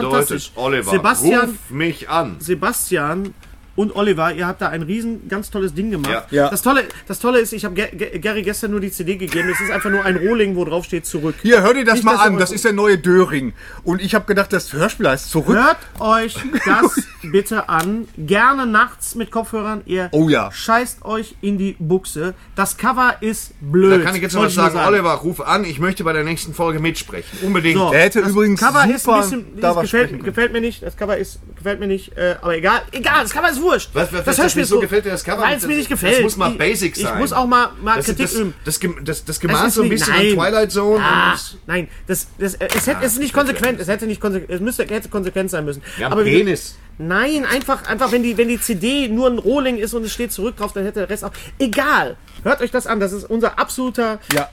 B: fantastisch.
C: bedeutet, Oliver,
B: Sebastian,
C: ruf mich an.
B: Sebastian und Oliver, ihr habt da ein riesen, ganz tolles Ding gemacht.
A: Ja. Ja.
B: Das, Tolle, das Tolle ist, ich habe Ge- Ge- Gary gestern nur die CD gegeben. Es ist einfach nur ein Rohling, wo drauf steht zurück.
A: Hier, hör dir das
B: Nicht,
A: mal
B: dass ihr
A: an.
B: euch-
A: Das ist der neue Döring. Und ich habe gedacht, das Hörspiel heißt zurück.
B: Hört euch das bitte an. Gerne nachts mit Kopfhörern. Ihr
A: Oh ja.
B: scheißt euch in die Buchse. Das Cover ist
C: Da
B: blöd.
C: kann ich jetzt noch
B: Wollte
C: was
B: nur
C: sagen, Oliver, ruf an, ich möchte bei der nächsten Folge mitsprechen. Unbedingt.
B: So,
A: Der hätte
B: das
A: übrigens
B: Cover ist ein
A: super
B: bisschen,
A: da
B: das
A: was sprechen
B: gefällt,
A: können.
B: gefällt mir nicht. Das Cover ist gefällt mir nicht, äh, aber egal, egal, das Cover ist wurscht.
C: Was- was- was-
B: Hörspiel
C: wieso gefällt dir das Cover
B: Weil
C: nicht?
B: es mir
C: Das-
B: nicht
C: das
B: gefällt.
C: muss mal
B: Ich-
C: basic
B: Ich
C: sein.
B: muss auch mal, mal
C: das,
B: Kritik
C: das,
B: üben.
C: das, das, das, das
B: Es
C: gemahnt
B: ist
C: so ein
B: nicht-
C: bisschen an
B: nein.
C: Twilight Zone.
B: Ah,
C: und
B: nein, das, das, äh, es, hätte, es ist nicht konsequent. Es hätte nicht konsequent. Es müsste hätte konsequent sein müssen.
C: Ja,
B: wie-
C: Penis.
B: Nein, einfach, einfach, wenn die, wenn die CD nur ein Rohling ist und es steht zurück drauf, dann hätte der Rest auch. Egal. Hört euch das an. Das ist unser absoluter
A: Ja.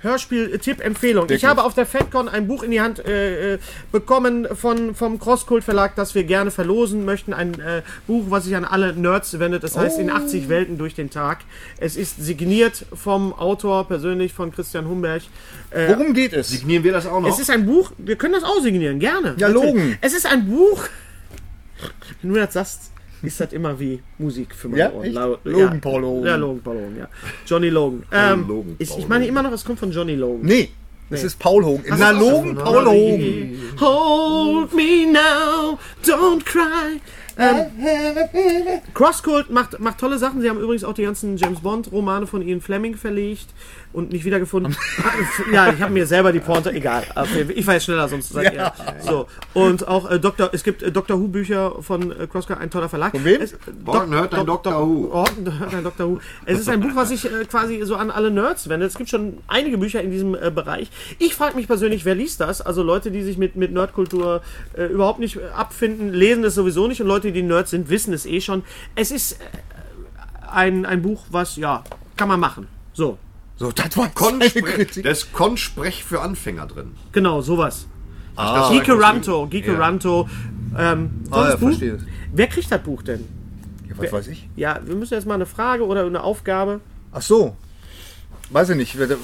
B: Hörspiel-Tipp-Empfehlung. Ich
A: Wirklich.
B: habe auf der FedCon ein Buch in die Hand äh, äh, bekommen von, vom Crosskult-Verlag, das wir gerne verlosen möchten. Ein äh, Buch, was sich an alle Nerds wendet. Das heißt, in 80 Welten durch den Tag. Es ist signiert vom Autor persönlich, von Christian Humberg.
A: Worum geht es?
C: signieren wir das auch noch?
B: Es ist ein Buch, wir können das auch signieren, gerne.
A: Ja,
B: Natürlich.
A: Logen.
B: Es ist ein Buch. Wenn du das sagst, ist das immer wie Musik für meine
A: Ja,
B: Ohren.
A: echt?
B: Laut-
A: Logan Paul Logan.
B: Ja, Logan Paul Logan, ja. Johnny Logan. Ähm,
C: Logan
B: ist, ich
C: Paul
B: meine
C: Logan.
B: immer noch, es kommt von Johnny Logan.
A: Nee, es ist Paul Hogan. Im
B: Hast du auch
A: analogen
B: schon-
A: Paul Hogan.
B: Hold me now, don't cry.
A: Äh,
B: Ähm, Crosscult macht, macht tolle Sachen. Sie haben übrigens auch die ganzen James Bond-Romane von Ian Fleming verlegt und nicht wiedergefunden. Ah, ja, ich habe mir selber die Pointe, egal. Auf jeden Fall. Ich war jetzt schneller, sonst seid ihr. So. Und auch äh, Dr. es gibt äh, Dr. Who-Bücher von äh, Crosscult, ein toller Verlag. Von
A: wem?
B: Es,
C: Morgen hört ein Dr. Who.
B: Oh, nein, Dr. Who. Es ist ein Buch, was sich äh, quasi so an alle Nerds wendet. Es gibt schon einige Bücher in diesem äh, Bereich. Ich frage mich persönlich, wer liest das? Also Leute, die sich mit, mit Nerdkultur äh, überhaupt nicht äh, abfinden, lesen es sowieso nicht. Und Leute, die Nerds sind, wissen es eh schon. Es ist äh, ein, ein Buch, was, ja, kann man machen. So,
A: So, das war keine
C: Konspre-
A: Kritik.
C: Da ist Konsprech für Anfänger drin.
B: genau, sowas.
C: Ah.
B: Geekeranto, Geekeranto. Ähm,
A: Ah,
B: tolles
A: ja,
B: Buch.
A: verstehe.
B: Wer kriegt das Buch denn?
A: Ja, was weiß ich?
B: Ja, wir müssen jetzt mal eine Frage oder eine Aufgabe.
A: Ach so. äh, Weiß ich nicht. wer- Du,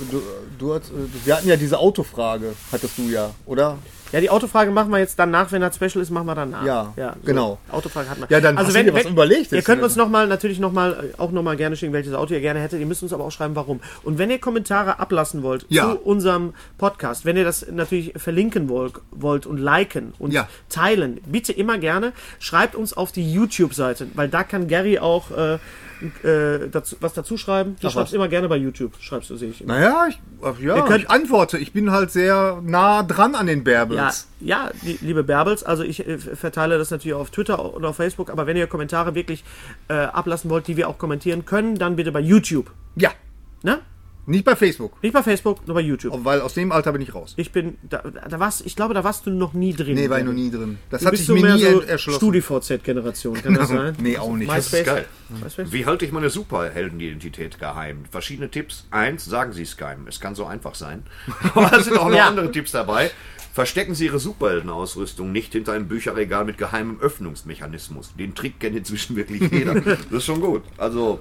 A: du hast, wir hatten ja diese Autofrage, hattest du ja, oder?
B: Ja, die Autofrage machen wir jetzt danach, wenn das Special ist, machen wir danach.
A: Ja,
B: so.
A: genau.
B: Autofrage hat man.
A: Ja, dann
B: also
A: hast du
B: wenn,
A: dir was
B: wenn,
A: überlegt
B: Ihr
A: jetzt,
B: könnt
A: ne?
B: uns noch mal, natürlich nochmal, äh, auch nochmal gerne schicken, welches Auto ihr gerne hättet. Ihr müsst uns aber auch schreiben, warum. Und wenn ihr Kommentare ablassen wollt
A: Ja.
B: zu unserem Podcast, wenn ihr das natürlich verlinken wollt, wollt und liken und
A: Ja.
B: teilen, bitte immer gerne, schreibt uns auf die YouTube-Seite, weil da kann Gary auch äh, äh, dazu, was dazu schreiben. Du schreibst immer gerne bei YouTube, schreibst du, sehe ich.
A: Naja, ich, ach ja,
B: könnt-
A: ich antworte. Ich bin halt sehr nah dran an den
B: Ja,
A: Bärbels.
B: ja die, liebe Bärbels, also ich äh, verteile das natürlich auf Twitter und auf Facebook, aber wenn ihr Kommentare wirklich äh, ablassen wollt, die wir auch kommentieren können, dann bitte bei YouTube.
A: Ja.
B: Ne?
A: Nicht bei Facebook,
B: Nicht bei Facebook, nur bei YouTube.
A: weil aus dem Alter bin ich raus.
B: Ich bin, da, da warst, ich glaube, da warst du noch nie drin.
A: Nee, war ich noch nie drin. Das
B: Du
A: hat sich
B: bist du
A: mir
B: mehr
A: nie
B: so
A: er- erschlossen. Genau.
B: StudiVZ-Generation, kann das sein?
A: Nee, auch nicht.
B: MySpace.
C: Geil.
B: MySpace?
C: Wie halte ich meine Superheldenidentität geheim? Verschiedene Tipps. Eins, sagen Sie es keinem. Es kann so einfach sein. Aber es sind auch noch
B: Ja.
C: andere Tipps dabei. Verstecken Sie Ihre Superheldenausrüstung nicht hinter einem Bücherregal mit geheimem Öffnungsmechanismus. Den Trick kennt inzwischen wirklich jeder. Das ist schon gut. Also,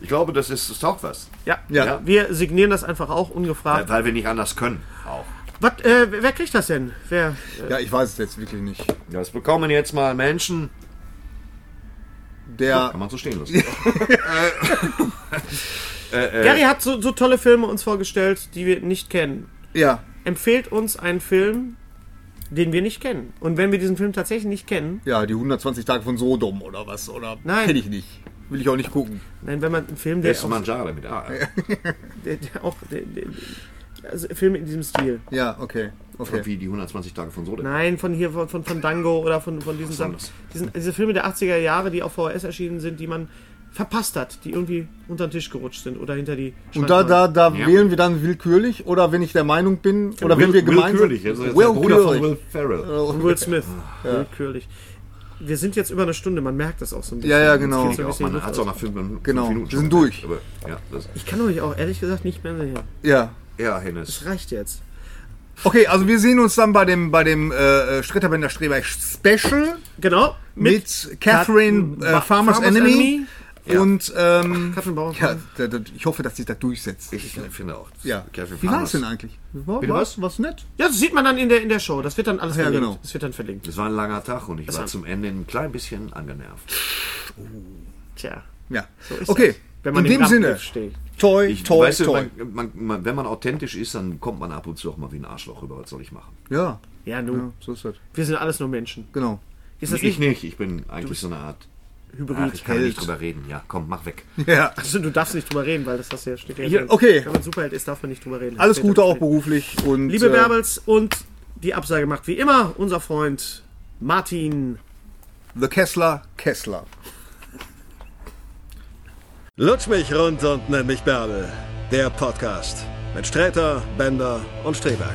C: ich glaube, das ist, es taugt was.
B: Ja.
A: Ja.
C: Ja.
B: Wir signieren das einfach auch
C: Weil,
B: ungefragt.
C: weil wir nicht anders können. Auch.
B: Was, äh, wer kriegt das denn? Wer?
A: Ja, ich weiß es jetzt wirklich nicht.
C: Das bekommen jetzt mal Menschen.
A: Der.
C: Kann man so stehen lassen.
A: Äh.
B: Gary hat so, so tolle Filme uns vorgestellt, die wir nicht kennen.
A: Ja,
B: empfehlt uns einen Film, den wir nicht kennen. Und wenn wir diesen Film tatsächlich nicht kennen,
A: ja, die 120 Tage von Sodom oder was? Oder
B: Nein.
A: Kenn ich nicht. Will ich auch nicht gucken.
B: nein, wenn man einen Film, der,
C: Ist
B: auch,
C: Manjare mit A.
B: der, der auch der, der, also Filme in diesem Stil.
A: Ja, okay. Okay.
C: Wie die 120 Tage von Sodom.
B: Nein, von hier, von, von, von Dango oder von, von diesen Sachen.
C: anderes.
B: Diesen, diese Filme der 80er Jahre, die auf VHS erschienen sind, die man verpasst hat, die irgendwie unter den Tisch gerutscht sind oder hinter die
A: Und da, da, da
C: Ja.
A: wählen wir dann willkürlich oder wenn ich der Meinung bin oder wenn wir gemeinsam.
C: Willkürlich. Also jetzt der Bruder von Will
A: Willkürlich.
C: Ferrell.
B: Will Smith,
C: Ah.
B: willkürlich. Wir sind jetzt über eine Stunde, man merkt das auch so ein bisschen.
A: Ja, ja,
B: Es geht
A: genau.
B: so ein
C: Ja, auch,
B: bisschen
C: man
B: Luft
C: hat es auch
B: aus.
C: nach fünf Minuten.
A: Genau,
C: fünf Minuten
A: wir sind
C: schon
A: durch.
C: gemerkt, Aber, ja, das,
B: Ich kann euch auch ehrlich gesagt nicht mehr sehen.
A: Ja.
C: ja, Hennes.
B: Reicht jetzt.
A: Okay, also wir sehen uns dann bei dem, bei dem äh, Stritterbänder Streber Special
B: Genau.
A: mit, Catherine
B: Kat-
A: äh, Farmers,
B: Farmers
A: Enemy.
C: Enemy.
A: Und ähm,
B: Catherine Bauer.
A: ja, da, da, ich hoffe, dass sich das durchsetzt.
C: Ich finde auch.
A: ja.
C: Catherine
A: Wie war
C: Farmers.
A: es denn eigentlich? War,
C: Bitte
A: was? Was nett?
B: Ja, das sieht man dann in der, in der Show. Das wird dann alles
A: Ja,
B: verlinkt.
A: genau.
B: Das wird dann verlinkt.
C: Es war ein langer Tag und ich war
B: war-
C: zum Ende ein klein bisschen angenervt.
B: Tja.
A: Ja.
B: ist
A: okay.
B: das. Wenn man
A: In
B: im
A: dem Sinne.
B: Rampenlicht steht.
A: Toi,
C: Ich,
A: toi,
C: weißt du,
A: toi.
C: man, man, man, wenn man authentisch ist, dann kommt man ab und zu auch mal wie ein Arschloch rüber. Was soll ich machen?
A: Ja.
B: Ja, nun.
A: ja, so ist das.
B: Wir sind alles nur Menschen.
A: Genau.
B: Ist das nicht
C: ich nicht. Ich bin eigentlich so eine Art. Ach,
B: Hybrid?
C: ich kann
A: Held.
C: nicht drüber reden. Ja, komm, mach weg.
A: Ja.
B: Also, du darfst nicht drüber reden, weil das hast du ja steht ja. drin.
A: okay.
B: Wenn man Superheld ist, darf man nicht drüber reden.
A: Alles
B: Steht
A: Gute
B: da
A: auch
B: drin.
A: beruflich und
B: Liebe
A: äh,
B: Bärbels und die Absage macht wie immer unser Freund Martin.
A: The Kessler Kessler.
D: Lutsch mich rund und nenn mich Bärbel. Der Podcast mit Sträter, Bender und Streberg.